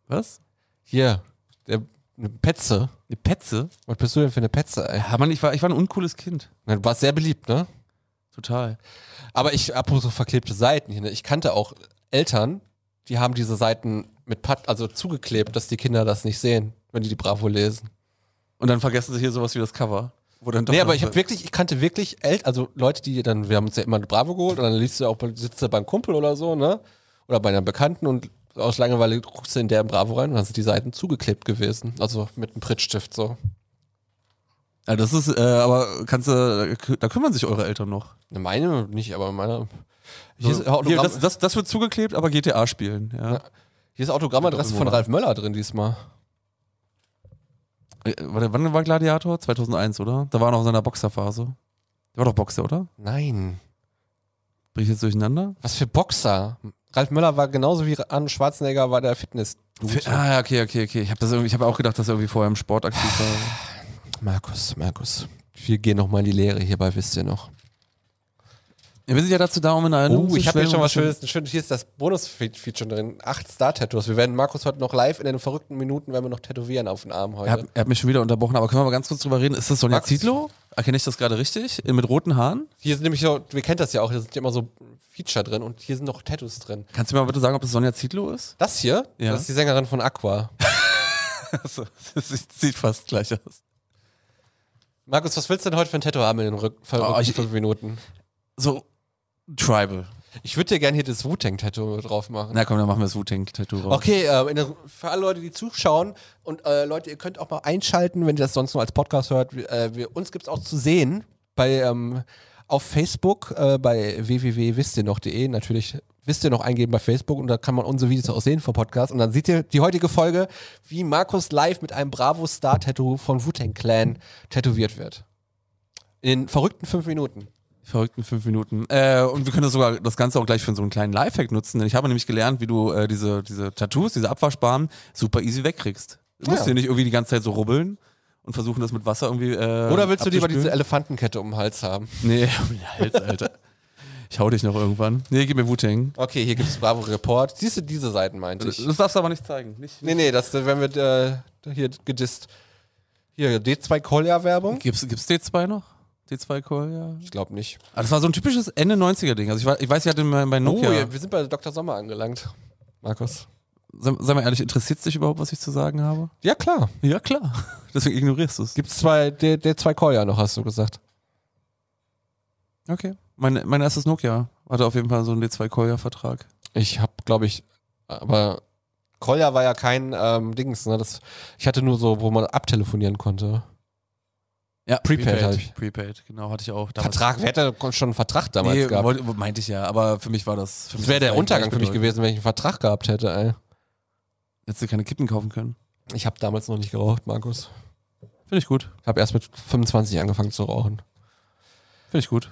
Was?
Hier, der, eine Petze.
Eine Petze?
Was bist du denn für eine Petze, ey?
Ja, Mann, ich war, ich war ein uncooles Kind.
Du warst sehr beliebt, ne?
Total.
Aber ich, apropos so verklebte Seiten hier, ne? ich kannte auch Eltern, die haben diese Seiten mit Pat, also zugeklebt, dass die Kinder das nicht sehen, wenn die die Bravo lesen.
Und dann vergessen Sie hier sowas wie das Cover. Wo dann doch
nee,
noch-
aber ich habe wirklich, ich kannte wirklich El also Leute, die dann, wir haben uns ja immer eine Bravo geholt und dann liest du auch, bei- sitzt du beim Kumpel oder so, ne? Oder bei einer Bekannten und aus Langeweile guckst du in deren Bravo rein und dann sind die Seiten zugeklebt gewesen. Also mit einem Prittstift so.
Ja, das ist, äh, aber kannst du, da kümmern sich eure Eltern noch.
Ne, Meine nicht, aber meine. Hier
So,
ist,
hier,
Autogramm,
das, das, das wird zugeklebt, aber GTA spielen. Ja.
hier ist Autogrammadresse von Ralf Möller drin diesmal.
Äh, Warte, wann war Gladiator? 2001, oder? Da war er noch in seiner Boxerphase. Der war doch Boxer, oder?
Nein.
Bin ich jetzt durcheinander?
Was für Boxer. Ralf Möller war genauso wie Arnold Schwarzenegger war der fitness
Fe- Ah, ja, okay, okay, okay. Ich habe hab auch gedacht, dass er irgendwie vorher im Sport aktiv war.
Markus, Markus. Wir gehen nochmal in die Lehre hierbei, wisst ihr noch.
Ja, wir sind ja dazu da, um in Erinnerung
Oh, ich habe hier schon was
schwelgen.
Schönes. Schön, hier ist das Bonus-Feature drin. Acht Star-Tattoos. Wir werden Markus heute noch live in den verrückten Minuten, werden wir noch tätowieren auf den Arm heute.
Er hat, er hat mich schon wieder unterbrochen, aber können wir mal ganz kurz drüber reden? Ist das Sonja
Max.
Zietlow? Erkenne ich das gerade richtig? Mit roten Haaren?
Hier sind nämlich so, wir kennt das ja auch, hier sind ja immer so Feature drin und hier sind noch Tattoos drin.
Kannst du mir mal bitte sagen, ob das Sonja Zietlow ist?
Das hier,
Ja.
das ist die Sängerin von Aqua.
das sieht fast gleich aus.
Markus, was willst du denn heute für ein Tattoo haben in den Rück verrückten
Oh, ich-
fünf Minuten?
So, Tribal.
Ich würde dir gerne hier das Wu-Tang-Tattoo drauf machen.
Na komm, dann machen wir das Wu-Tang-Tattoo raus.
Okay, äh, in der, für alle Leute, die zuschauen und äh, Leute, ihr könnt auch mal einschalten, wenn ihr das sonst nur als Podcast hört. Wir, äh, wir, uns gibt es auch zu sehen bei, ähm, auf Facebook äh, bei www.wisstiernoch.de. Natürlich wisst ihr noch eingeben bei Facebook und da kann man unsere Videos auch sehen vom Podcast. Und dann seht ihr die heutige Folge, wie Markus live mit einem Bravo-Star-Tattoo von Wu-Tang Clan tätowiert wird. In verrückten fünf Minuten.
Die verrückten fünf Minuten. Äh, und wir können das sogar das Ganze auch gleich für so einen kleinen Lifehack nutzen, denn ich habe nämlich gelernt, wie du äh, diese, diese Tattoos, diese Abwaschbaren super easy wegkriegst. Du musst
Ja.
dir nicht irgendwie die ganze Zeit so rubbeln und versuchen, das mit Wasser irgendwie. Äh,
Oder willst du lieber diese
abzuspülen.
Elefantenkette um den Hals haben?
Nee, um den Hals, Alter. ich hau dich noch irgendwann. Nee, gib mir Wu-Tang.
Okay, hier gibt es Bravo Report. Siehst du, diese Seiten meinte ich.
Das darfst du aber nicht zeigen. Nicht,
Nee, nee, das werden wir äh, hier gedisst. Hier, D2 Kolja-Werbung?
Gibt's, gibt's D2 noch? D2 Core, ja.
Ich glaube nicht.
Ah, das war so ein typisches Ende 90er-Ding. Also ich, war, ich weiß, ich hatte bei bei
Oh,
Nokia.
ja, wir sind bei Dr. Sommer angelangt. Markus.
Sei, sei mal ehrlich, interessiert dich überhaupt, was ich zu sagen habe?
Ja, klar.
Ja, klar. Deswegen ignorierst du es.
Gibt's zwei, D- D2 Kolja noch, hast du gesagt.
Okay. Mein, mein erstes Nokia hatte auf jeden Fall so einen D2-Kolja-Vertrag.
Ich habe, glaube ich, aber Kolja war ja kein ähm, Dings, ne? Das, ich hatte nur so, wo man abtelefonieren konnte.
Ja,
Prepaid hab ich.
Prepaid, genau, hatte ich auch.
Vertrag, wer hätte kon- schon einen Vertrag damals
nee,
gehabt?
wollte, meinte ich ja, aber für mich war das. Für
das
mich
wäre der
gleich-
Untergang für mich
gleichbedeutend.
gewesen, wenn ich einen Vertrag gehabt hätte, ey.
Hättest du keine Kippen kaufen können.
Ich habe damals noch nicht geraucht, Markus.
Finde ich gut.
Ich habe erst mit 25 angefangen zu rauchen.
Finde ich gut.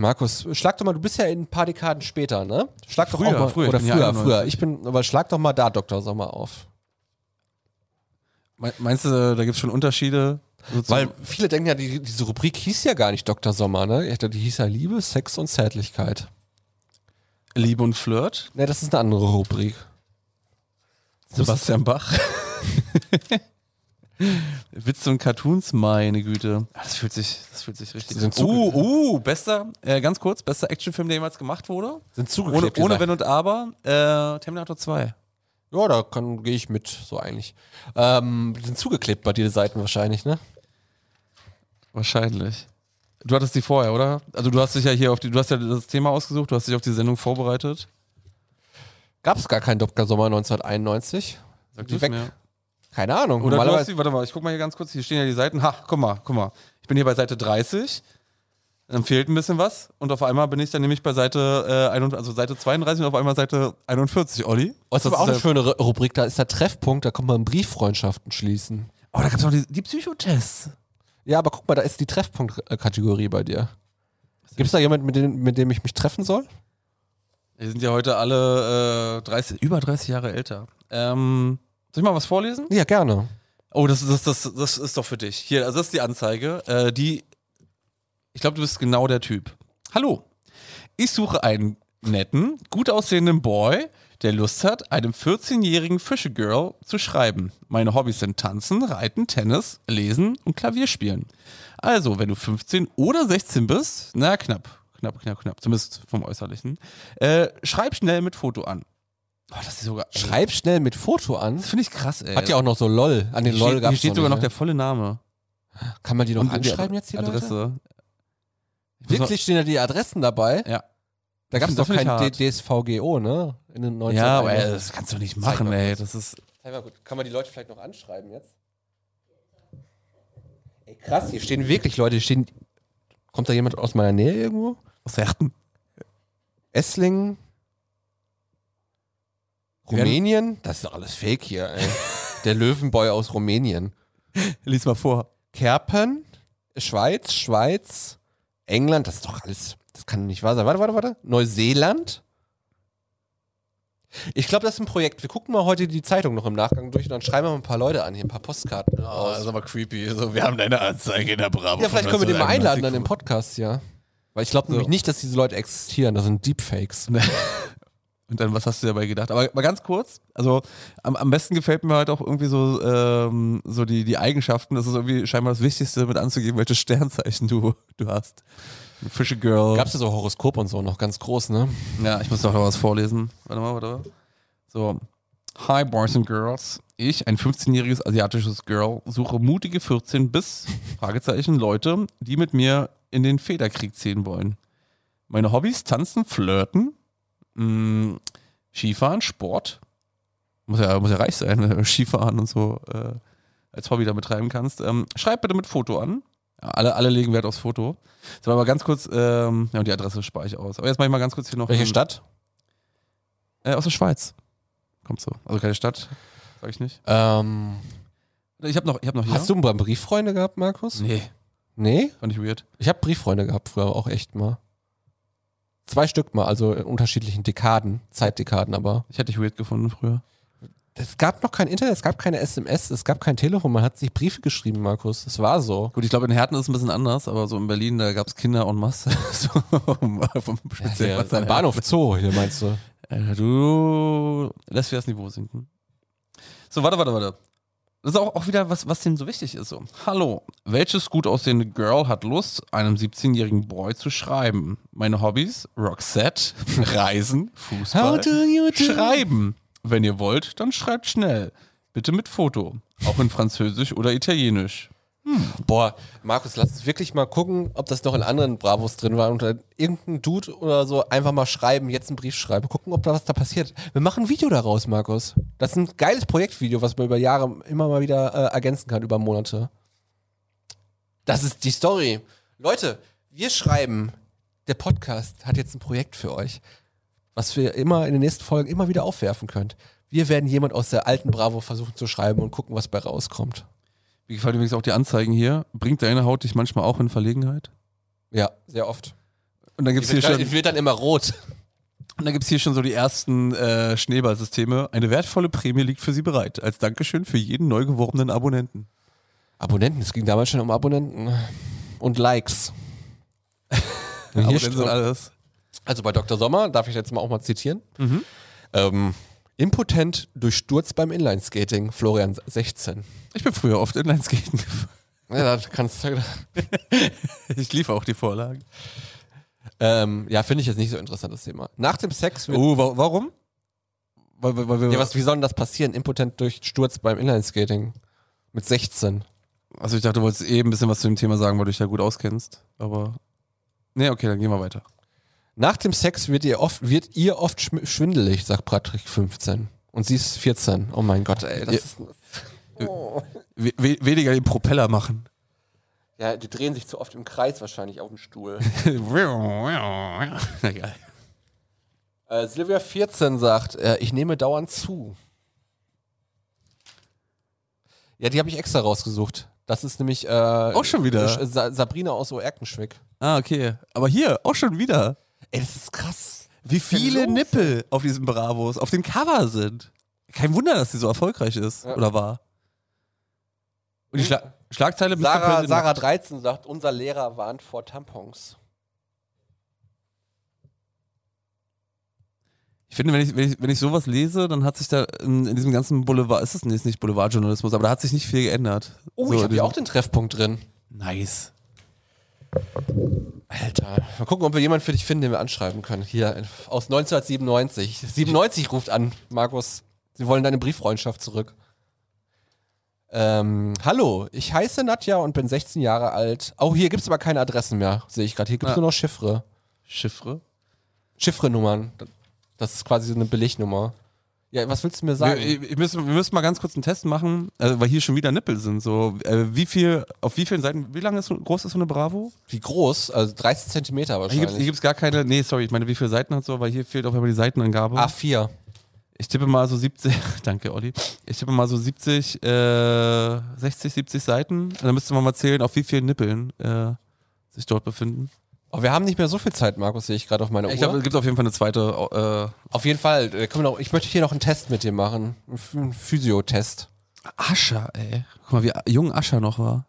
Markus, schlag doch mal, du bist ja in ein paar Dekaden später, ne? Schlag doch
Früher,
auch mal,
früher, ich
oder
bin ja
früher,
91.
früher. Ich bin, aber schlag doch mal da Dr. Sommer auf.
Me- Meinst du, da gibt es schon Unterschiede? So zu-
Weil viele denken ja, die, diese Rubrik hieß ja gar nicht Dr. Sommer, ne? Ich dachte, Die hieß ja Liebe, Sex und Zärtlichkeit.
Liebe und Flirt?
Ne, das ist eine andere Rubrik.
Sebastian Bach. Witze und Cartoons, meine Güte. Ah, Das fühlt sich, das fühlt sich richtig
Sind
Uh, uh, bester, äh, ganz kurz, bester Actionfilm, der jemals gemacht wurde.
Sind
Ohne,
zugeklebt.
ohne
die
Wenn und Aber, äh, Terminator 2.
Seiten. ja, da kann- gehe ich mit, so eigentlich. Ähm, sind zugeklebt bei dir die Seiten wahrscheinlich, ne?
Wahrscheinlich. Du hattest die vorher, oder? Also du hast dich ja hier auf die, du hast ja das Thema ausgesucht, du hast dich auf die Sendung vorbereitet.
Gab es gar keinen Dopka Sommer 1991?
Sagt
Die
es
weg.
mir.
Keine Ahnung.
Oder du hast
Normalerweise
die, warte mal, ich guck mal hier ganz kurz, hier stehen ja die Seiten. Ha, guck mal, guck mal. Ich bin hier bei Seite 30. Dann fehlt ein bisschen was und auf einmal bin ich dann nämlich bei Seite, äh, 31, also Seite 32 und auf einmal Seite 41, Olli.
oh, das ist
aber
aber auch eine
sehr-
schöne Ru- Rubrik, da ist der Treffpunkt, da kann man Brieffreundschaften schließen.
Oh, da gab es noch die, die Psychotests.
Ja, aber guck mal, da ist die Treffpunkt-Kategorie bei dir. Gibt es da jemanden, mit dem, mit dem ich mich treffen soll?
Wir sind ja heute alle äh, 30, über 30 Jahre älter. Ähm, soll ich mal was vorlesen?
Ja, gerne.
Oh, das, das, das, das ist doch für dich. Hier, also das ist die Anzeige. Äh, die, ich glaube, du bist genau der Typ. Hallo, ich suche einen netten, gut aussehenden Boy, der Lust hat, einem 14-jährigen Fischegirl zu schreiben. Meine Hobbys sind Tanzen, Reiten, Tennis, Lesen und Klavierspielen. Also, wenn du 15 oder 16 bist, na knapp, knapp, knapp, knapp, zumindest vom Äußerlichen, äh, schreib schnell mit Foto an. Oh, das ist sogar. ey,
Schreib schnell mit Foto an.
Das finde ich krass, ey.
Hat ja auch noch so LOL. An den
Hier
LOL
steht,
gab
hier
es
steht sogar noch der volle Name.
Kann man ne? die noch
Und die
anschreiben jetzt hier, Leute?
Adresse. Ich muss
Wirklich stehen da die Adressen dabei?
Ja.
Da gab es
find-
doch
das find
kein
ich
D-
hart.
DSVGO, ne? In den
Mal,
19
ja, aber ey, das kannst du nicht machen,
mal
ey. Das ist.
Kann man die Leute vielleicht noch anschreiben jetzt? Ey, krass, hier stehen wirklich Leute, hier stehen. Kommt da jemand aus meiner Nähe irgendwo?
Was sagten?
Esslingen?
werden-
Rumänien? Das ist doch alles fake hier, ey. Der Löwenboy aus Rumänien.
Lies mal vor.
Kerpen, Schweiz, Schweiz, England, das ist doch alles, das kann nicht wahr sein. Warte, warte, warte. Neuseeland? Ich glaube, das ist ein Projekt. Wir gucken mal heute die Zeitung noch im Nachgang durch und dann schreiben wir mal ein paar Leute an, hier ein paar Postkarten.
das ist aber creepy. wir haben eine Anzeige in der Bravo.
ja, vielleicht können wir den mal einladen dann im Podcast, ja. Weil ich glaube nämlich nicht, dass diese Leute existieren. Das sind Deepfakes.
Und dann, was hast du dabei gedacht? Aber mal ganz kurz, also am, am besten gefällt mir halt auch irgendwie so, ähm, so die, die Eigenschaften. Das ist irgendwie scheinbar das Wichtigste, mit anzugeben, welches Sternzeichen du, du hast. Fische Girl.
Gab es ja so Horoskop und so noch ganz groß, ne?
Ja, ich muss doch noch was vorlesen. Warte mal, warte mal. So. Hi, Boys and Girls. Ich, ein 15-jähriges asiatisches Girl, suche mutige 14 bis Fragezeichen Leute, die mit mir in den Federkrieg ziehen wollen. Meine Hobbys: Tanzen, Flirten, mh, Skifahren, Sport. Muss ja, muss ja reich sein, wenn du Skifahren und so äh, als Hobby da betreiben kannst. Ähm, schreib bitte mit Foto an. Ja, alle, alle legen Wert aufs Foto. Jetzt aber ganz kurz, ähm, ja, und die Adresse spare ich aus. Aber jetzt mache ich mal ganz kurz hier noch.
Welche
einen-
Stadt?
äh, aus der Schweiz. Kommt so. Also keine Stadt, sag ich nicht.
Ähm,
Ich habe noch, ich hab noch hier.
Hast du mal Brieffreunde gehabt, Markus?
Nee,
Nee?
fand ich weird.
Ich habe Brieffreunde gehabt früher auch echt mal. Zwei Stück mal, also in unterschiedlichen Dekaden, Zeitdekaden, aber
Ich hätte dich weird gefunden früher.
es gab noch kein Internet, es gab keine SMS, es gab kein Telefon, man hat sich Briefe geschrieben, Markus. Es war so.
Gut, ich glaube, in Herten ist es ein bisschen anders, aber so in Berlin, da gab es Kinder en masse. so, vom speziell
Der,
was
am
an-
Bahnhof Zoo, hier meinst du?
Äh, Du lässt wieder das Niveau sinken. So, warte, warte, warte. Das ist auch, auch wieder was, was denen so wichtig ist. So. Hallo, welches gut aussehende Girl hat Lust, einem 17-jährigen Boy zu schreiben? Meine Hobbys? Roxette, Reisen, Fußball,
you
schreiben. Wenn ihr wollt, dann schreibt schnell. Bitte mit Foto. Auch in Französisch oder Italienisch.
Boah, Markus, lass uns wirklich mal gucken, ob das noch in anderen Bravos drin war und dann irgendein Dude oder so einfach mal schreiben, jetzt einen Brief schreiben, gucken, ob da was da passiert. Wir machen ein Video daraus, Markus. Das ist ein geiles Projektvideo, was man über Jahre immer mal wieder äh, ergänzen kann, über Monate. Das ist die Story. Leute, wir schreiben, der Podcast hat jetzt ein Projekt für euch, was wir immer in den nächsten Folgen immer wieder aufwerfen könnt. Wir werden jemand aus der alten Bravo versuchen zu schreiben und gucken, was bei rauskommt.
Wie gefallen übrigens auch die Anzeigen hier. Bringt deine Haut dich manchmal auch in Verlegenheit?
Ja, sehr oft.
Und dann gibt es hier schon.
Ich wird dann immer rot.
Und da gibt es hier schon so die ersten äh, Schneeballsysteme. Eine wertvolle Prämie liegt für Sie bereit. Als Dankeschön für jeden neu geworbenen Abonnenten.
Abonnenten, es ging damals schon um Abonnenten und Likes. Und hier
Abonnenten sind
steht-
alles.
also bei Dr. Sommer, darf ich jetzt mal auch mal zitieren? Ähm, impotent durch Sturz beim Inlineskating, Florian 16.
Ich bin früher oft Inlineskaten gefahren.
Ja, da kannst du.
Ich lief auch die Vorlagen.
Ähm, ja, finde ich jetzt nicht so interessant, das Thema. Nach dem Sex wird.
Oh, wa warum? Weil,
Oh.
weil, weil wir,
Ja, was, wie soll denn das passieren? Impotent durch Sturz beim Inlineskating. Mit 16.
Also ich dachte, du wolltest eh ein bisschen was zu dem Thema sagen, weil du dich da gut auskennst. Aber. Nee, okay, dann gehen wir weiter.
Nach dem Sex wird ihr oft, wird ihr oft schm- schwindelig, sagt Patrick 15. Und sie ist 14. Oh mein Gott, ey. Das
Ja.
ist,
We we weniger den Propeller machen.
ja, die drehen sich zu oft im Kreis wahrscheinlich auf dem Stuhl.
Na geil.
äh, Silvia 14 sagt, äh, ich nehme dauernd zu. Ja, die habe ich extra rausgesucht. Das ist nämlich äh, auch
schon wieder?
Sa Sabrina aus Oerkenschwick.
Ah, okay. Aber hier, auch schon wieder.
Ey, das ist krass.
Wie viele
los?
Nippel auf diesen Bravos, auf dem Cover sind. Kein Wunder, dass sie so erfolgreich ist
Ja.
oder war. Und die Schla Schlagzeile Mr.
Sarah,
President-
Sarah 13 sagt, unser Lehrer warnt vor Tampons.
Ich finde, wenn ich, wenn, ich, wenn ich sowas lese, dann hat sich da in, in diesem ganzen Boulevard, ist es nicht, nicht Boulevardjournalismus, aber da hat sich nicht viel geändert.
Oh,
So,
ich habe hier
diesen-
auch den Treffpunkt drin.
Nice.
Alter, mal gucken, ob wir jemanden für dich finden, den wir anschreiben können. Hier aus 1997. 97 ruft an, Markus. Sie wollen deine Brieffreundschaft zurück. Ähm, hallo, ich heiße Nadja und bin 16 Jahre alt. Auch hier gibt es aber keine Adressen mehr, sehe ich gerade. Hier gibt es
Ja.
nur noch Chiffre.
Chiffre?
Chiffrenummern. Das ist quasi so eine Billignummer. Ja, was willst du mir
Wir,
sagen?
ich, ich müssen, wir müssen mal ganz kurz einen Test machen, also, weil hier schon wieder Nippel sind. So, äh, wie viel, auf wie vielen Seiten, wie lange ist, so- groß ist so eine Bravo?
Wie groß? Also 30 Zentimeter
Hier
wahrscheinlich.
gibt es gibt's gar keine, nee, sorry, ich meine, wie viele Seiten hat so, weil hier fehlt auf einmal die Seitenangabe.
A4.
Ich tippe mal so 70, danke Olli, ich tippe mal so 70, äh, 60, 70 Seiten. Und dann müsste man mal zählen, auf wie vielen Nippeln äh, sich dort befinden.
Oh, wir haben nicht mehr so viel Zeit, Markus, sehe ich gerade auf meiner
Ich
Uhr.
glaube, es gibt auf jeden Fall eine zweite.
Auf jeden Fall. äh, können wir noch, ich möchte hier noch einen Test mit dir machen. Einen Ph- Einen Physiotest.
Äh, Ascher, ey. Guck mal, wie a- jung Ascher noch war.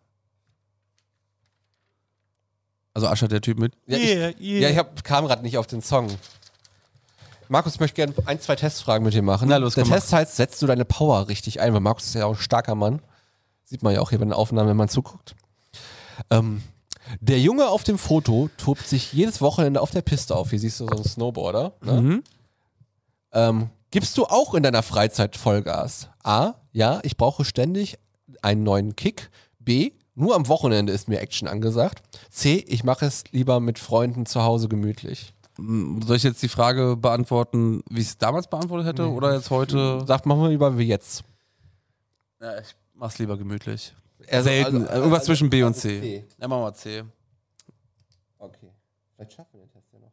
Also Ascher, der Typ mit.
Ja, ich- Ja, ich hab, kam gerade nicht auf den Song. Markus, ich möchte gerne ein, zwei Testfragen mit dir machen.
Na los,
Der
komm mal.
Test heißt, setzt du deine Power richtig ein, weil Markus ist ja auch ein starker Mann. Sieht man ja auch hier bei den Aufnahmen, wenn man zuguckt. Ähm, der Junge auf dem Foto tobt sich jedes Wochenende auf der Piste auf. Hier siehst du so einen Snowboarder. Ne?
Mhm.
Ähm, gibst du auch in deiner Freizeit Vollgas? A. Ja, ich brauche ständig einen neuen Kick. B. Nur am Wochenende ist mir Action angesagt. C. Ich mache es lieber mit Freunden zu Hause gemütlich.
M, Soll ich jetzt die Frage beantworten, wie ich es damals beantwortet hätte oder jetzt heute?
Sagt, machen wir lieber wie jetzt.
Ja, ich mach's lieber gemütlich.
Er
Selten.
also,
Irgendwas zwischen B und also C. Ja, machen wir C.
Okay. Vielleicht schaffen wir den Test ja noch.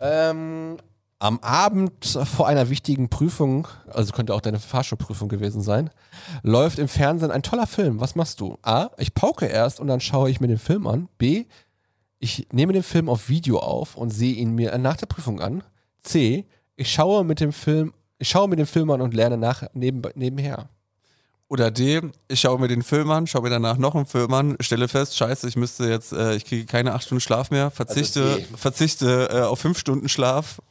Ähm, am Abend vor einer wichtigen Prüfung, also könnte auch deine Fahrschulprüfung gewesen sein, läuft im Fernsehen ein toller Film. Was machst du? A. Ich pauke erst und dann schaue ich mir den Film an. B. Ich nehme den Film auf Video auf und sehe ihn mir nach der Prüfung an. C. Ich schaue mit dem Film, ich schaue mir den Film an und lerne nach, neben, nebenher.
Oder D, ich schaue mir den Film an, schaue mir danach noch einen Film an, stelle fest, scheiße, ich müsste jetzt, äh, ich kriege keine acht Stunden Schlaf mehr, verzichte,
Also D.
verzichte äh, auf fünf Stunden Schlaf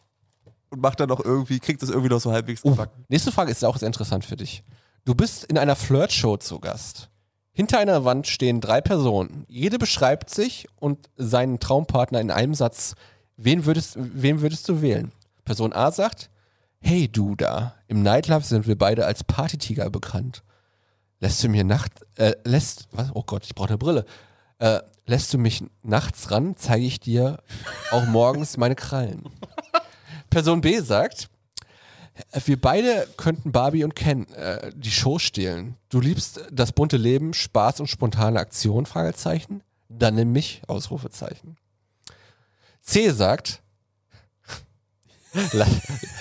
und mach dann noch irgendwie, krieg das irgendwie noch so halbwegs
Oh,
gebacken.
nächste Frage ist auch sehr interessant für dich. Du bist in einer Flirtshow zu Gast. Hinter einer Wand stehen drei Personen. Jede beschreibt sich und seinen Traumpartner in einem Satz. Wen würdest, wen würdest du wählen? Person A sagt, hey du da, im Nightlife sind wir beide als Partytiger bekannt. Lässt du mir nachts, äh, lässt, was, oh Gott, ich brauche eine Brille. Äh, lässt du mich nachts ran, zeige ich dir auch morgens meine Krallen. Person B sagt, wir beide könnten Barbie und Ken äh, die Show stehlen. Du liebst das bunte Leben, Spaß und spontane Aktion, Fragezeichen. Dann nimm mich, Ausrufezeichen. C sagt, lass,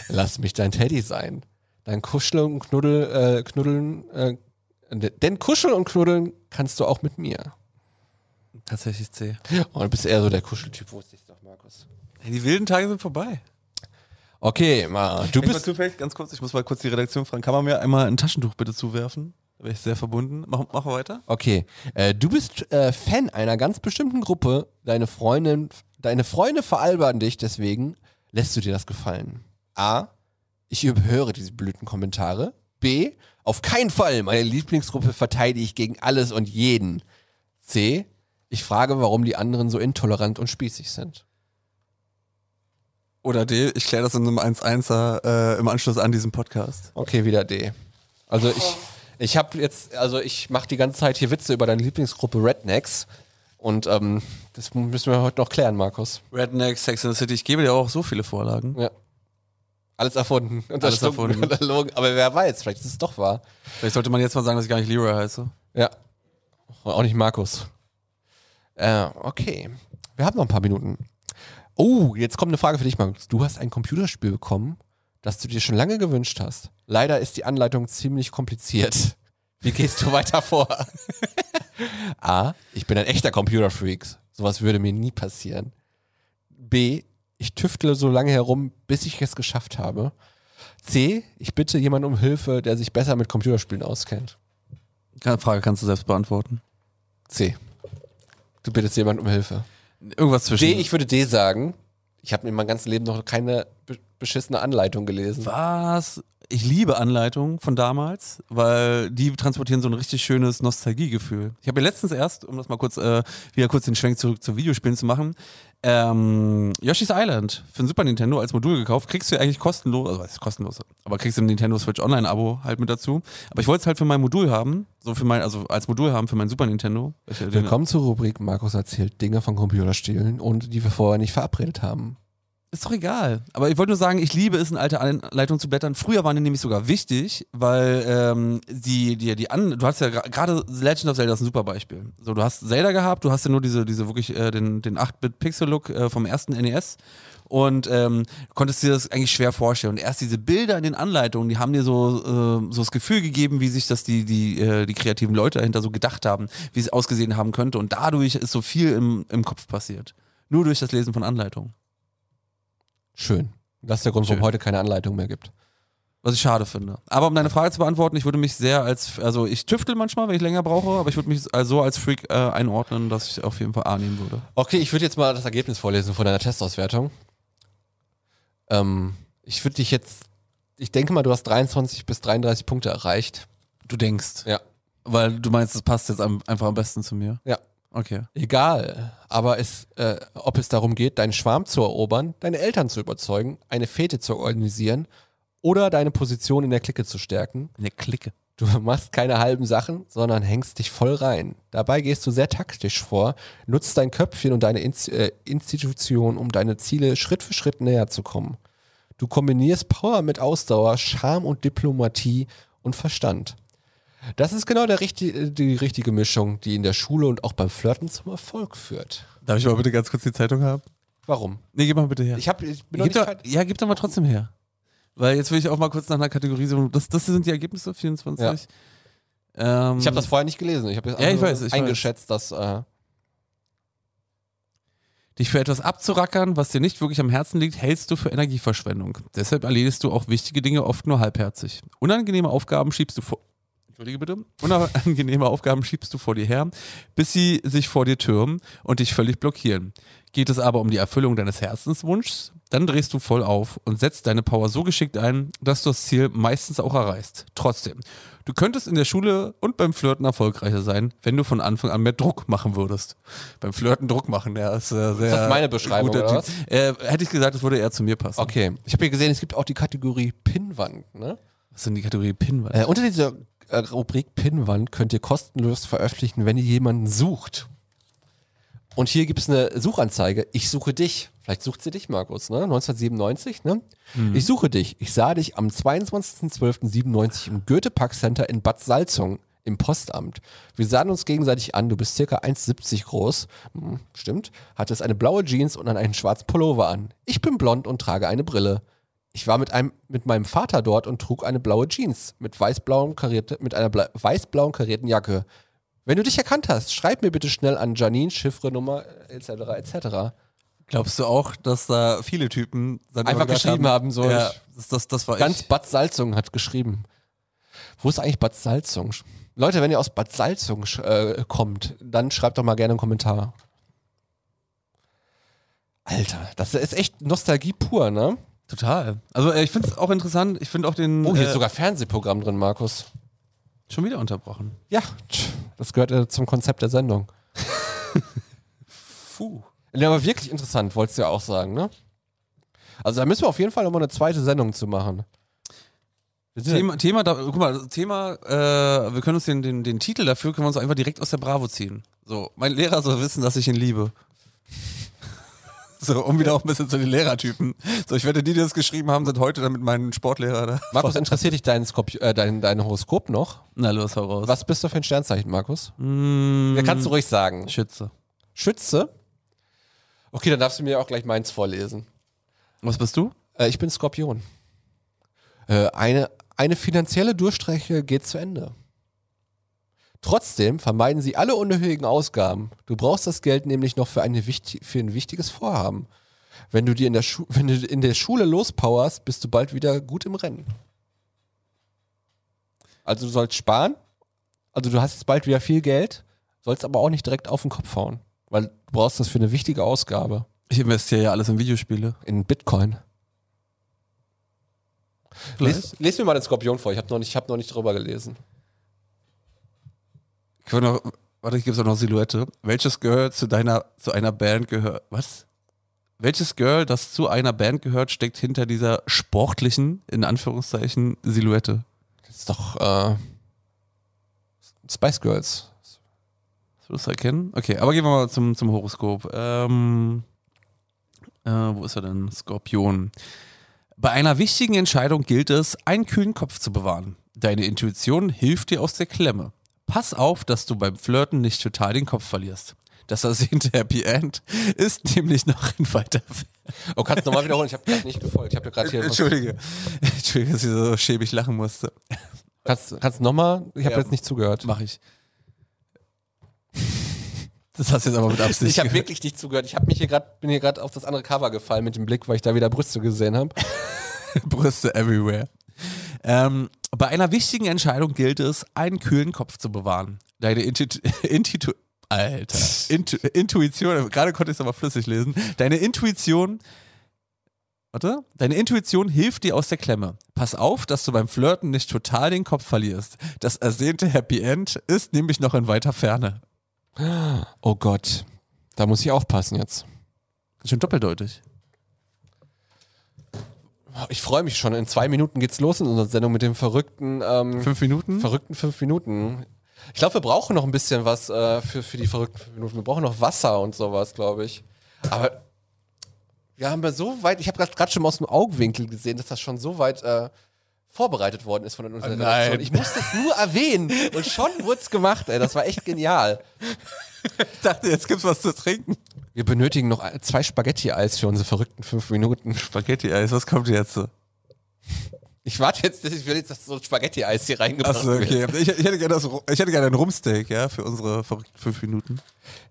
lass mich dein Teddy sein. Dein Kuscheln und Knuddel, äh, Knuddeln, äh, denn Kuscheln und Knuddeln kannst du auch mit mir.
Tatsächlich C.
Oh, du bist eher so der Kuscheltyp, wusste ich doch, Markus.
Die wilden Tage sind vorbei.
Okay, Ma, du
Du bist
bist...
zufällig, ganz kurz, ich muss mal kurz die Redaktion fragen, kann man mir einmal ein Taschentuch bitte zuwerfen? Da wäre ich sehr verbunden. Mach, mach weiter.
Okay, äh, du bist äh, Fan einer ganz bestimmten Gruppe. Deine Freundin, deine Freunde veralbern dich, deswegen lässt du dir das gefallen. A. Ich überhöre diese Blütenkommentare. B. Auf keinen Fall. Meine Lieblingsgruppe verteidige ich gegen alles und jeden. C. Ich frage, warum die anderen so intolerant und spießig sind.
Oder D, ich kläre das in einem 1-1er äh, im Anschluss an diesen Podcast.
Okay, wieder D. Also ich, Ich habe jetzt, also ich mache die ganze Zeit hier Witze über deine Lieblingsgruppe Rednecks. Und ähm, das müssen wir heute noch klären, Markus.
Redneck, Sex in the City, ich gebe dir auch so viele Vorlagen.
Ja. Alles erfunden. Und
Mhm. Alles
erstunken
erfunden.
und erlogen. Aber wer weiß, vielleicht ist es doch wahr.
Vielleicht sollte man jetzt mal sagen, dass ich gar nicht Leroy heiße.
Ja. Und auch nicht Markus. Äh, okay. Wir haben noch ein paar Minuten. Oh, jetzt kommt eine Frage für dich, Markus. Du hast ein Computerspiel bekommen, das du dir schon lange gewünscht hast. Leider ist die Anleitung ziemlich kompliziert. Wie gehst du weiter vor? A. Ich bin ein echter Computerfreak. Sowas würde mir nie passieren. B. Ich tüftle so lange herum, bis ich es geschafft habe. C. Ich bitte jemanden um Hilfe, der sich besser mit Computerspielen auskennt.
Keine Frage kannst du selbst beantworten.
C. Du bittest jemand um Hilfe.
Irgendwas zwischen.
D, ich würde D sagen. Ich habe in meinem ganzen Leben noch keine be beschissene Anleitung gelesen.
Was? Ich liebe Anleitungen von damals, weil die transportieren so ein richtig schönes Nostalgiegefühl. Ich habe ja letztens erst, um das mal kurz äh, wieder kurz den Schwenk zurück zu Videospielen zu machen, ähm, Yoshi's Island für den Super Nintendo als Modul gekauft. Kriegst du ja eigentlich kostenlos, also was ist kostenlos, aber kriegst im Nintendo Switch Online-Abo halt mit dazu. Aber ich wollte es halt für mein Modul haben, so für mein, also als Modul haben für mein Super Nintendo. Ich, äh, den-
Willkommen zur Rubrik Markus erzählt Dinge von Computerstilen und die wir vorher nicht verabredet haben.
Ist doch egal. Aber ich wollte nur sagen, ich liebe es, in alte Anleitungen zu blättern. Früher waren die nämlich sogar wichtig, weil ähm, die, die, die an, du hast ja gra- gerade Legend of Zelda ist ein super Beispiel. So, du hast Zelda gehabt, du hast ja nur diese, diese wirklich äh, den, den 8-Bit-Pixel-Look äh, vom ersten NES und ähm, konntest dir das eigentlich schwer vorstellen. Und erst diese Bilder in den Anleitungen, die haben dir so, äh, so das Gefühl gegeben, wie sich das die, die, äh, die kreativen Leute dahinter so gedacht haben, wie es ausgesehen haben könnte. Und dadurch ist so viel im, im Kopf passiert. Nur durch das Lesen von Anleitungen.
Schön. Das ist der Grund, warum
Schön.
heute keine Anleitung mehr gibt.
Was ich schade finde. Aber um deine Frage zu beantworten, ich würde mich sehr als, also ich tüftel manchmal, wenn ich länger brauche, aber ich würde mich so als Freak äh, einordnen, dass ich auf jeden Fall A nehmen würde.
Okay, ich würde jetzt mal das Ergebnis vorlesen von deiner Testauswertung. Ähm, ich würde dich jetzt, ich denke mal, du hast 23 bis 33 Punkte erreicht.
Du denkst.
Ja.
Weil du meinst, das passt jetzt am, einfach am besten zu mir.
Ja.
Okay.
Egal, aber es, äh, ob es darum geht, deinen Schwarm zu erobern, deine Eltern zu überzeugen, eine Fete zu organisieren oder deine Position in der Clique zu stärken,
Eine Clique.
du machst keine halben Sachen, sondern hängst dich voll rein. Dabei gehst du sehr taktisch vor, nutzt dein Köpfchen und deine Inst äh, Institution, um deine Ziele Schritt für Schritt näher zu kommen. Du kombinierst Power mit Ausdauer, Charme und Diplomatie und Verstand. Das ist genau der richti die richtige Mischung, die in der Schule und auch beim Flirten zum Erfolg führt.
Darf ich mal bitte ganz kurz die Zeitung haben?
Warum?
Nee, gib mal bitte her.
Ich, hab, ich bin noch
gib
nicht
doch,
fertig.
ja, gib doch mal trotzdem her. Weil jetzt will ich auch mal kurz nach einer Kategorie suchen. Das, das sind die Ergebnisse, 24. Ähm,
Ich habe das vorher nicht gelesen. Ich habe jetzt
Ja, ich
einfach
weiß, ich
eingeschätzt, dass. Äh,
Dich für etwas abzurackern, was dir nicht wirklich am Herzen liegt, hältst du für Energieverschwendung. Deshalb erledigst du auch wichtige Dinge oft nur halbherzig. Unangenehme Aufgaben schiebst du vor. Entschuldige bitte. Unangenehme Aufgaben schiebst du vor dir her, bis sie sich vor dir türmen und dich völlig blockieren. Geht es aber um die Erfüllung deines Herzenswunschs, dann drehst du voll auf und setzt deine Power so geschickt ein, dass du das Ziel meistens auch erreichst. Trotzdem, du könntest in der Schule und beim Flirten erfolgreicher sein, wenn du von Anfang an mehr Druck machen würdest. Beim Flirten Druck machen, ja, ist, äh, sehr
Ist das meine Beschreibung,
guter
oder
Typ. Äh, hätte ich gesagt, das würde eher zu mir passen.
okay. Ich habe hier gesehen, es gibt auch die Kategorie Pinnwand. Ne?
Was sind die Kategorie Pinwand?
Äh, unter dieser äh, Rubrik Pinnwand könnt ihr kostenlos veröffentlichen, wenn ihr jemanden sucht. Und hier gibt es eine Suchanzeige. Ich suche dich. Vielleicht sucht sie dich, Markus, ne? 1997, ne? Ich suche dich. Ich sah dich am 22.12.97 im Goethe-Park-Center in Bad Salzung im Postamt. Wir sahen uns gegenseitig an. Du bist circa 1,70 groß. Hm, stimmt. Hattest eine blaue Jeans und dann einen schwarzen Pullover an. Ich bin blond und trage eine Brille. Ich war mit, einem, mit meinem Vater dort und trug eine blaue Jeans mit, weißblauen karierte, mit einer bla- weißblauen karierten Jacke. Wenn du dich erkannt hast, schreib mir bitte schnell an Janine, äh, Chiffrenummer, etc., etc.
Glaubst du auch, dass da viele Typen dann
Einfach
immer gedacht
geschrieben haben, so,
Ja,
ich-
das, das, das war
Ganz
ich.
Bad Salzung hat geschrieben. Wo ist eigentlich Bad Salzung? Leute, wenn ihr aus Bad Salzung sch- äh, kommt, dann schreibt doch mal gerne einen Kommentar. Alter, das ist echt Nostalgie pur, ne?
Total. Also äh, ich finde es auch interessant. Ich finde auch den.
Oh, hier
äh,
ist sogar Fernsehprogramm drin, Markus.
Schon wieder unterbrochen.
Ja, tsch, das gehört äh, zum Konzept der Sendung.
Puh.
Ja, aber wirklich interessant, wolltest du ja auch sagen, ne? Also da müssen wir auf jeden Fall nochmal eine zweite Sendung zu machen. Wir sind
Thema, Thema, da, guck mal, also Thema, äh, wir können uns den, den, den Titel dafür, können wir uns einfach direkt aus der Bravo ziehen. So, mein Lehrer soll wissen, dass ich ihn liebe. So, um wieder auch ein bisschen zu den Lehrertypen. So, ich wette, die, die das geschrieben haben, sind heute dann mit meinen Sportlehrer da.
Markus, interessiert dich dein, Skorpio- äh, dein, dein Horoskop noch?
Na los, hau raus. Hm,
Was bist du für ein Sternzeichen, Markus? Ja, kannst du ruhig sagen.
Schütze.
Schütze? Okay, dann darfst du mir auch gleich meins vorlesen.
Was bist du?
Äh, ich bin Skorpion. Äh, eine, eine finanzielle Durchstrecke geht zu Ende. Trotzdem vermeiden Sie alle unnötigen Ausgaben. Du brauchst das Geld nämlich noch für, eine wichti- für ein wichtiges Vorhaben. Wenn du, dir in der Schu wenn du in der Schule lospowerst, bist du bald wieder gut im Rennen. Also du sollst sparen. Also du hast jetzt bald wieder viel Geld, sollst aber auch nicht direkt auf den Kopf hauen, weil du brauchst das für eine wichtige Ausgabe
Ich investiere ja alles in Videospiele.
in Bitcoin. Les, les mir mal den Skorpion vor, ich habe noch, nicht- ich hab noch nicht drüber gelesen.
Ich will noch, warte, ich gebe auch noch Silhouette. Welches Girl zu deiner, zu einer Band gehört, was? Welches Girl, das zu einer Band gehört, steckt hinter dieser sportlichen, in Anführungszeichen, Silhouette?
Das ist doch äh, Spice Girls.
So ist erkennen. Okay, aber gehen wir mal zum, zum Horoskop. Ähm, äh, wo ist er denn? Skorpion. Bei einer wichtigen Entscheidung gilt es, einen kühlen Kopf zu bewahren. Deine Intuition hilft dir aus der Klemme. Pass auf, dass du beim Flirten nicht total den Kopf verlierst. Das ersehnte Happy End ist nämlich noch in weiter Ferne.
Oh, kannst du nochmal wiederholen? Ich habe gerade nicht gefolgt. Ich habe gerade hier. Was,
Entschuldige. Entschuldige, dass ich so schäbig lachen musste.
kannst kannst du nochmal? Ich habe
Ja.
jetzt nicht zugehört.
Mach ich. Das hast du jetzt aber mit Absicht
Ich habe
gehört.
wirklich nicht zugehört. Ich hab mich hier grad, bin hier gerade auf das andere Cover gefallen mit dem Blick, weil ich da wieder Brüste gesehen habe.
Brüste everywhere. Ähm, bei einer wichtigen Entscheidung gilt es, einen kühlen Kopf zu bewahren. Deine Intu Intitu Alter. Intu Intuition, gerade konnte ich es aber flüssig lesen. Deine Intuition. Warte. Deine Intuition hilft dir aus der Klemme. Pass auf, dass du beim Flirten nicht total den Kopf verlierst. Das ersehnte Happy End ist nämlich noch in weiter Ferne.
Oh Gott. Da muss ich aufpassen jetzt.
Ganz Schön doppeldeutig.
Oh, Ich freue mich schon. In zwei Minuten geht's los in unserer Sendung mit dem verrückten. Ähm,
Fünf Minuten?
verrückten fünf Minuten. Ich glaube, wir brauchen noch ein bisschen was äh, für, für die verrückten fünf Minuten. Wir brauchen noch Wasser und sowas, glaube ich. Aber wir haben ja so weit, ich habe gerade schon mal aus dem Augenwinkel gesehen, dass das schon so weit äh, vorbereitet worden ist von unserer
Oh nein.
Redaktion. Ich muss das nur erwähnen und schon wurde es gemacht, ey. Das war echt genial.
Ich dachte, jetzt gibt's was zu trinken.
Wir benötigen noch ein- zwei Spaghetti-Eis für unsere verrückten fünf Minuten.
Spaghetti-Eis, was kommt jetzt?
Ich warte jetzt, ich will jetzt, dass so ein Spaghetti-Eis hier reingebracht
Achso,
wird.
okay. Ich, ich, hätte gerne das, Ru- ich hätte gerne ein Rumsteak, ja, für unsere verrückten fünf Minuten.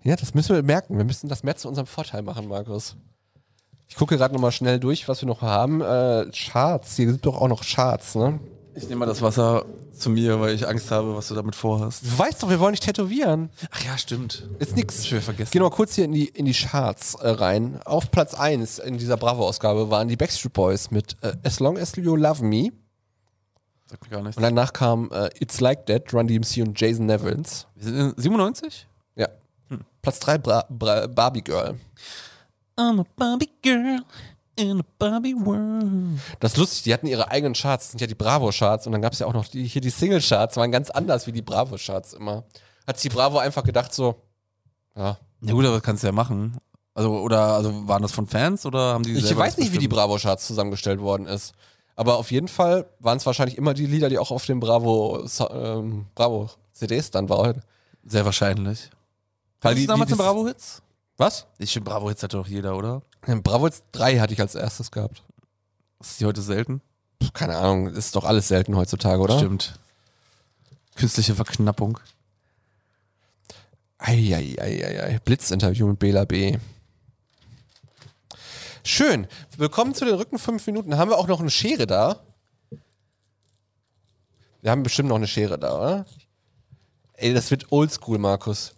Ja, das müssen wir merken. Wir müssen das mehr zu unserem Vorteil machen, Markus. Ich gucke gerade nochmal schnell durch, was wir noch haben. Äh, Charts, hier sind doch auch noch Charts, ne?
Ich nehme mal das Wasser zu mir, weil ich Angst habe, was du damit vorhast.
Du weißt doch, wir wollen nicht tätowieren.
Ach ja, stimmt.
Ist nix.
Schwer vergessen.
Geh noch mal kurz hier in die, in die Charts äh, rein. Auf Platz 1 in dieser Bravo-Ausgabe waren die Backstreet Boys mit äh, As Long As You Love Me.
Sagt mir gar nichts.
Und danach kam äh, It's Like That, Run DMC und Jason Nevins.
Wir sind in 97?
Ja. Platz 3 Bra Bra Barbie Girl.
I'm a Barbie girl in a Barbie world.
Das ist lustig, die hatten ihre eigenen Charts, das sind ja die Bravo-Charts und dann gab es ja auch noch die, hier die Single-Charts, waren ganz anders wie die Bravo-Charts immer. Hat sich die Bravo einfach gedacht so, ja.
Ja gut, aber das kannst du ja machen. Also, oder, also waren das von Fans oder haben die
Ich
selber
weiß
das
nicht, wie die
bestimmt?
Bravo-Charts zusammengestellt worden ist. Aber auf jeden Fall waren es wahrscheinlich immer die Lieder, die auch auf den Bravo, ähm, Bravo CDs dann waren.
Sehr wahrscheinlich.
Weil
Weil
die-
die, damals
die-
den Bravo-Hits?
Was?
Ich finde, Bravo-Hits hatte doch jeder, oder?
Bravo 3 hatte ich als erstes gehabt.
Ist die heute selten?
Puh, keine Ahnung, ist doch alles selten heutzutage, oder?
Stimmt. Künstliche Verknappung.
Eieieiei. Blitzinterview mit Bela B. Schön. Willkommen zu den Rücken 5 Minuten. Haben wir auch noch eine Schere da? Wir haben bestimmt noch eine Schere da, oder? Ey, das wird oldschool, Markus.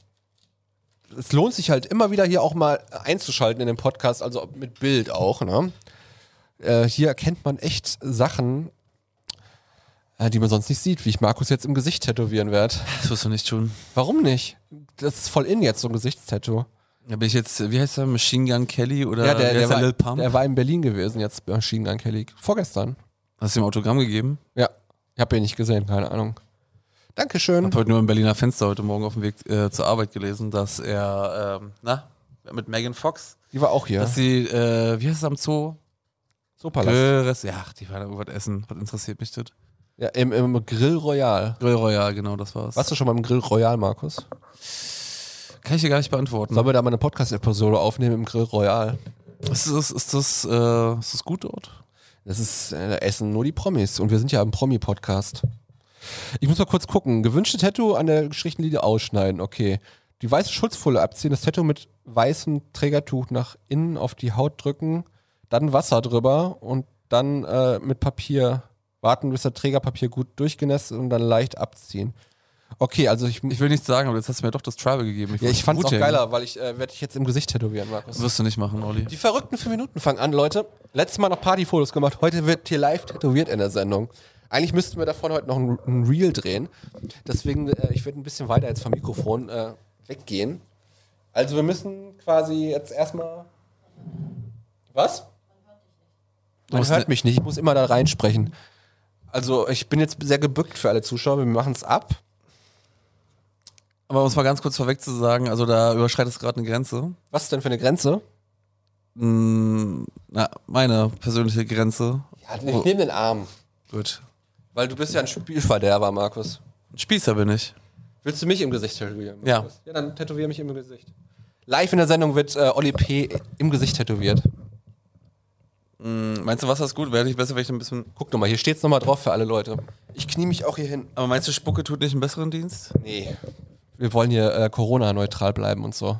Es lohnt sich halt immer wieder hier auch mal einzuschalten in den Podcast, also mit Bild auch, ne? Äh, hier erkennt man echt Sachen, äh, die man sonst nicht sieht, wie ich Markus jetzt im Gesicht tätowieren werde.
Das wirst du nicht tun.
Warum nicht? Das ist voll in jetzt, so ein Gesichtstattoo.
Da bin ich jetzt, wie heißt der, Machine Gun Kelly oder
ja, der,
wie
der,
heißt der,
war,
Lil Pump?
der war in Berlin gewesen, jetzt Machine Gun Kelly. Vorgestern.
Hast du ihm Autogramm gegeben?
Ja. Ich habe ihn nicht gesehen, keine Ahnung. Dankeschön.
Ich habe heute nur im Berliner Fenster heute Morgen auf dem Weg äh, zur Arbeit gelesen, dass er, ähm, na, mit Megan Fox,
Die war auch hier.
dass sie, äh, wie heißt es am Zoo?
Zoopalast.
Grilles, ja, ach, die war da irgendwas essen. Was interessiert mich das?
Ja, im, Im Grill Royal.
Grill Royal, genau, das war's.
Warst du schon mal im Grill Royal, Markus?
Kann ich dir gar nicht beantworten.
Sollen wir da mal eine Podcast-Episode aufnehmen im Grill Royal?
Ist das, ist das, äh, ist das gut dort?
Das ist, äh, da essen nur die Promis. Und wir sind ja im Promi-Podcast. Ich muss mal kurz gucken. Gewünschte Tattoo an der gestrichenen Linie ausschneiden. Okay. Die weiße Schutzfolie abziehen, das Tattoo mit weißem Trägertuch nach innen auf die Haut drücken, dann Wasser drüber und dann äh, mit Papier warten, bis das Trägerpapier gut durchgenässt ist und dann leicht abziehen. Okay, also ich,
Ich will nichts sagen, aber jetzt hast du mir doch das Tribal gegeben.
ja, ich fand's
Wu-Tang.
auch geiler, weil ich äh, werde dich jetzt im Gesicht tätowieren, Markus.
Das wirst du nicht machen, Olli.
Die verrückten 5 Minuten fangen an, Leute. Letztes Mal noch Partyfotos gemacht. Heute wird hier live tätowiert in der Sendung. Eigentlich müssten wir davon heute noch ein, ein Reel drehen. Deswegen, äh, ich werde ein bisschen weiter jetzt vom Mikrofon äh, weggehen. Also wir müssen quasi jetzt erstmal. Was? Man
musst
hört
ne-
mich nicht. Ich muss immer da reinsprechen. Also ich bin jetzt sehr gebückt für alle Zuschauer. Wir machen es ab.
Aber um es mal ganz kurz vorweg zu sagen, also da überschreitest gerade eine Grenze.
Was ist denn für eine Grenze?
Mm, na, meine persönliche Grenze.
Ja, ich nehme den Arm.
Gut.
Weil du bist ja ein Spielverderber, Markus.
Ein Spießer bin ich.
Willst du mich im Gesicht tätowieren?
Ja.
Markus? Ja, dann tätowiere mich im Gesicht. Live in der Sendung wird äh, Olli P. im Gesicht tätowiert.
Hm, Meinst du, was das gut? Wäre nicht besser, wenn ich ein bisschen.
Guck nochmal, hier steht's nochmal drauf für alle Leute. Ich knie mich auch hier hin.
Aber meinst du, Spucke tut nicht einen besseren Dienst?
Nee. Wir wollen hier äh, Corona-neutral bleiben und so.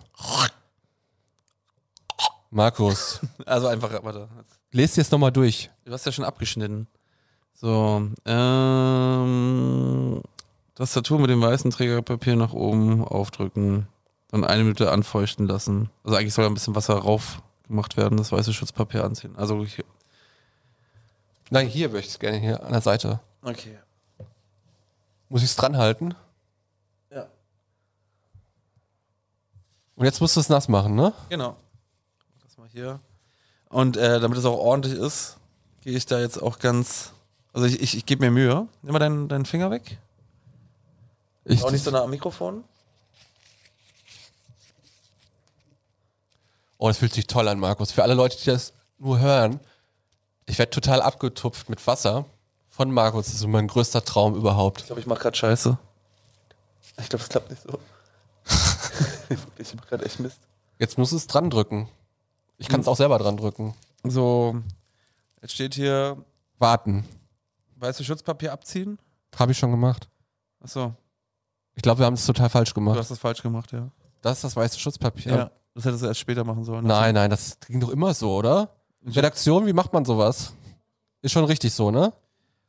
Markus,
Also einfach, warte.
lest jetzt nochmal durch.
Du hast ja schon abgeschnitten. So, ähm. Das Tattoo mit dem weißen Trägerpapier nach oben aufdrücken. Dann eine Minute anfeuchten lassen. Also eigentlich soll da ein bisschen Wasser rauf gemacht werden, das weiße Schutzpapier anziehen. Also ich.
Nein, hier würde ich es gerne, hier an der Seite.
Okay.
Muss ich es dran halten?
Ja.
Und jetzt musst du es nass machen, ne?
Genau. Das mal hier. Und äh, damit es auch ordentlich ist, gehe ich da jetzt auch ganz. Also ich, ich, ich gebe mir Mühe. Nimm mal deinen, deinen Finger weg.
Ich,
Auch nicht so nah am Mikrofon.
Oh, das fühlt sich toll an, Markus. Für alle Leute, die das nur hören, ich werde total abgetupft mit Wasser von Markus. Das ist so mein größter Traum
Ich
überhaupt.
glaube, ich mache gerade Scheiße. Ich glaube, es klappt nicht so. ich mache gerade echt Mist.
Jetzt muss es dran drücken. Ich
Hm.
kann es auch selber dran drücken.
So, jetzt steht hier,
Warten.
weißes Schutzpapier abziehen.
Habe ich schon gemacht.
Achso,
Ich glaube, wir haben es total falsch
du
gemacht.
hast das falsch gemacht, ja.
Das ist das weiße Schutzpapier.
Das hättest du erst später machen sollen.
Nein, nein, das ging doch immer so, oder?
Mhm.
Redaktion, wie macht man sowas? Ist schon richtig so, ne?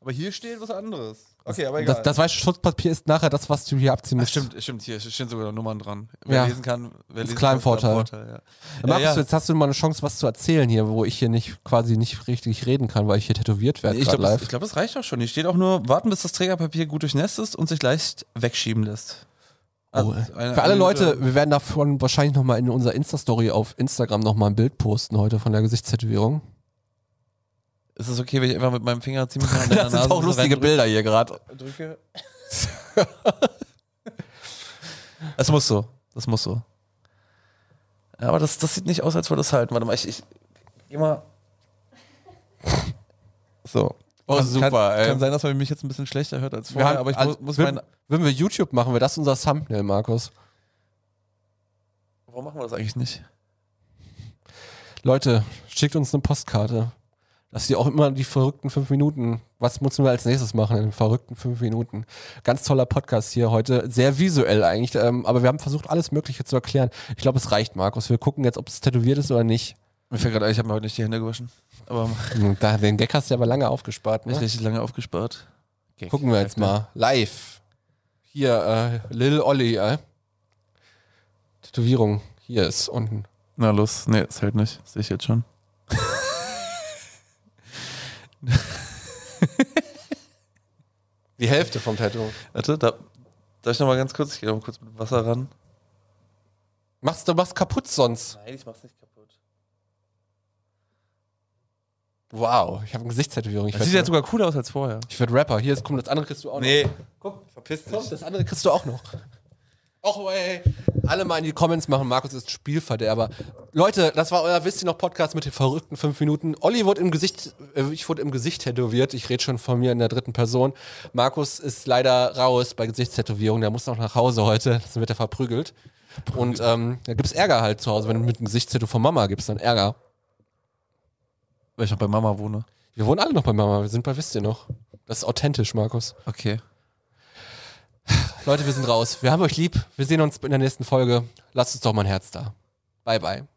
Aber hier steht was anderes. Okay, aber
Das, das weiße Schutzpapier ist nachher das, was du hier abziehen
Ach,
musst.
stimmt, stimmt, hier stehen sogar Nummern dran. Wer
Ja.
lesen kann, wer
Ist
lesen
klar
kann,
im Vorteil.
ja.
Ja, Markus,
Ja, ja.
jetzt hast du mal eine Chance, was zu erzählen hier, wo ich hier nicht quasi nicht richtig reden kann, weil ich hier tätowiert werde.
Ich
gerade
glaube, das,
live.
ich glaub, das reicht auch schon. Hier steht auch nur, warten, bis das Trägerpapier gut durchnässt ist und sich leicht wegschieben lässt.
Oh,
Also,
äh.
eine-
Für alle
eine
Leute,
Minute.
wir werden davon wahrscheinlich nochmal in unserer Insta-Story auf Instagram nochmal ein Bild posten heute von der Gesichtstätowierung.
Ist es okay, wenn ich einfach mit meinem Finger ziemlich nah an deiner Nase so
Bilder hier gerade.
reindrücke? drücke? das muss so. Das muss so. Ja, aber das, das sieht nicht aus, als würde das halten. Warte mal, ich, ich geh mal. So.
Oh,
Kann-
super,
kann,
ey.
Kann sein, dass man mich jetzt ein bisschen schlechter hört als
Wir
vorher,
haben,
aber ich
also,
muss, muss
würden,
mein.
würden wir YouTube machen, wäre das unser Thumbnail, Markus.
Warum machen wir das eigentlich nicht?
Leute, schickt uns eine Postkarte. Dass ihr auch immer die verrückten fünf Minuten, was müssen wir als nächstes machen in den verrückten fünf Minuten? Ganz toller Podcast hier heute, sehr visuell eigentlich, ähm, aber wir haben versucht, alles Mögliche zu erklären. Ich glaube, es reicht, Markus. Wir gucken jetzt, ob es tätowiert ist oder nicht.
Mir fällt gerade ein, ich habe mir heute nicht die Hände gewaschen. Aber
Hm, Da, den Gag hast du aber lange aufgespart. Ne?
echt richtig lange aufgespart.
Gucken wir jetzt mal. Live. Hier, äh, Lil Olli, äh. Tätowierung. Hier ist unten.
Na los, nee, es hält nicht. Sehe ich jetzt schon.
Die Hälfte vom Tattoo.
Warte, da, darf ich nochmal ganz kurz? Ich gehe mal kurz mit Wasser ran.
Machst du was kaputt sonst?
Nein, ich mach's nicht kaputt.
Wow, ich habe eine Gesichtstätowierung. Ich
Das
werd-
sieht jetzt sogar cooler aus als vorher.
ich werd Rapper. Hier, ist, komm, das andere kriegst du auch noch.
Nee, guck, verpiss
Komm, das andere kriegst du auch noch. Och, ey. Alle mal in die Comments machen, Markus ist Spielverderber. Leute, das war euer Wisst ihr noch Podcast mit den verrückten fünf Minuten. Olli wurde im Gesicht, äh, ich wurde im Gesicht tätowiert. Ich rede schon von mir in der dritten Person. Markus ist leider raus bei Gesichtstätowierung. Der muss noch nach Hause heute. Das wird er verprügelt. Und ähm, da gibt's Ärger halt zu Hause. Wenn du mit einem Gesichtstätow von Mama gibst, dann Ärger.
Weil ich noch bei Mama wohne.
Wir wohnen alle noch bei Mama. Wir sind bei Wisst ihr noch. Das ist authentisch, Markus.
Okay.
Leute, wir sind raus. Wir haben euch lieb. Wir sehen uns in der nächsten Folge. Lasst uns doch mal ein Herz da. Bye, bye.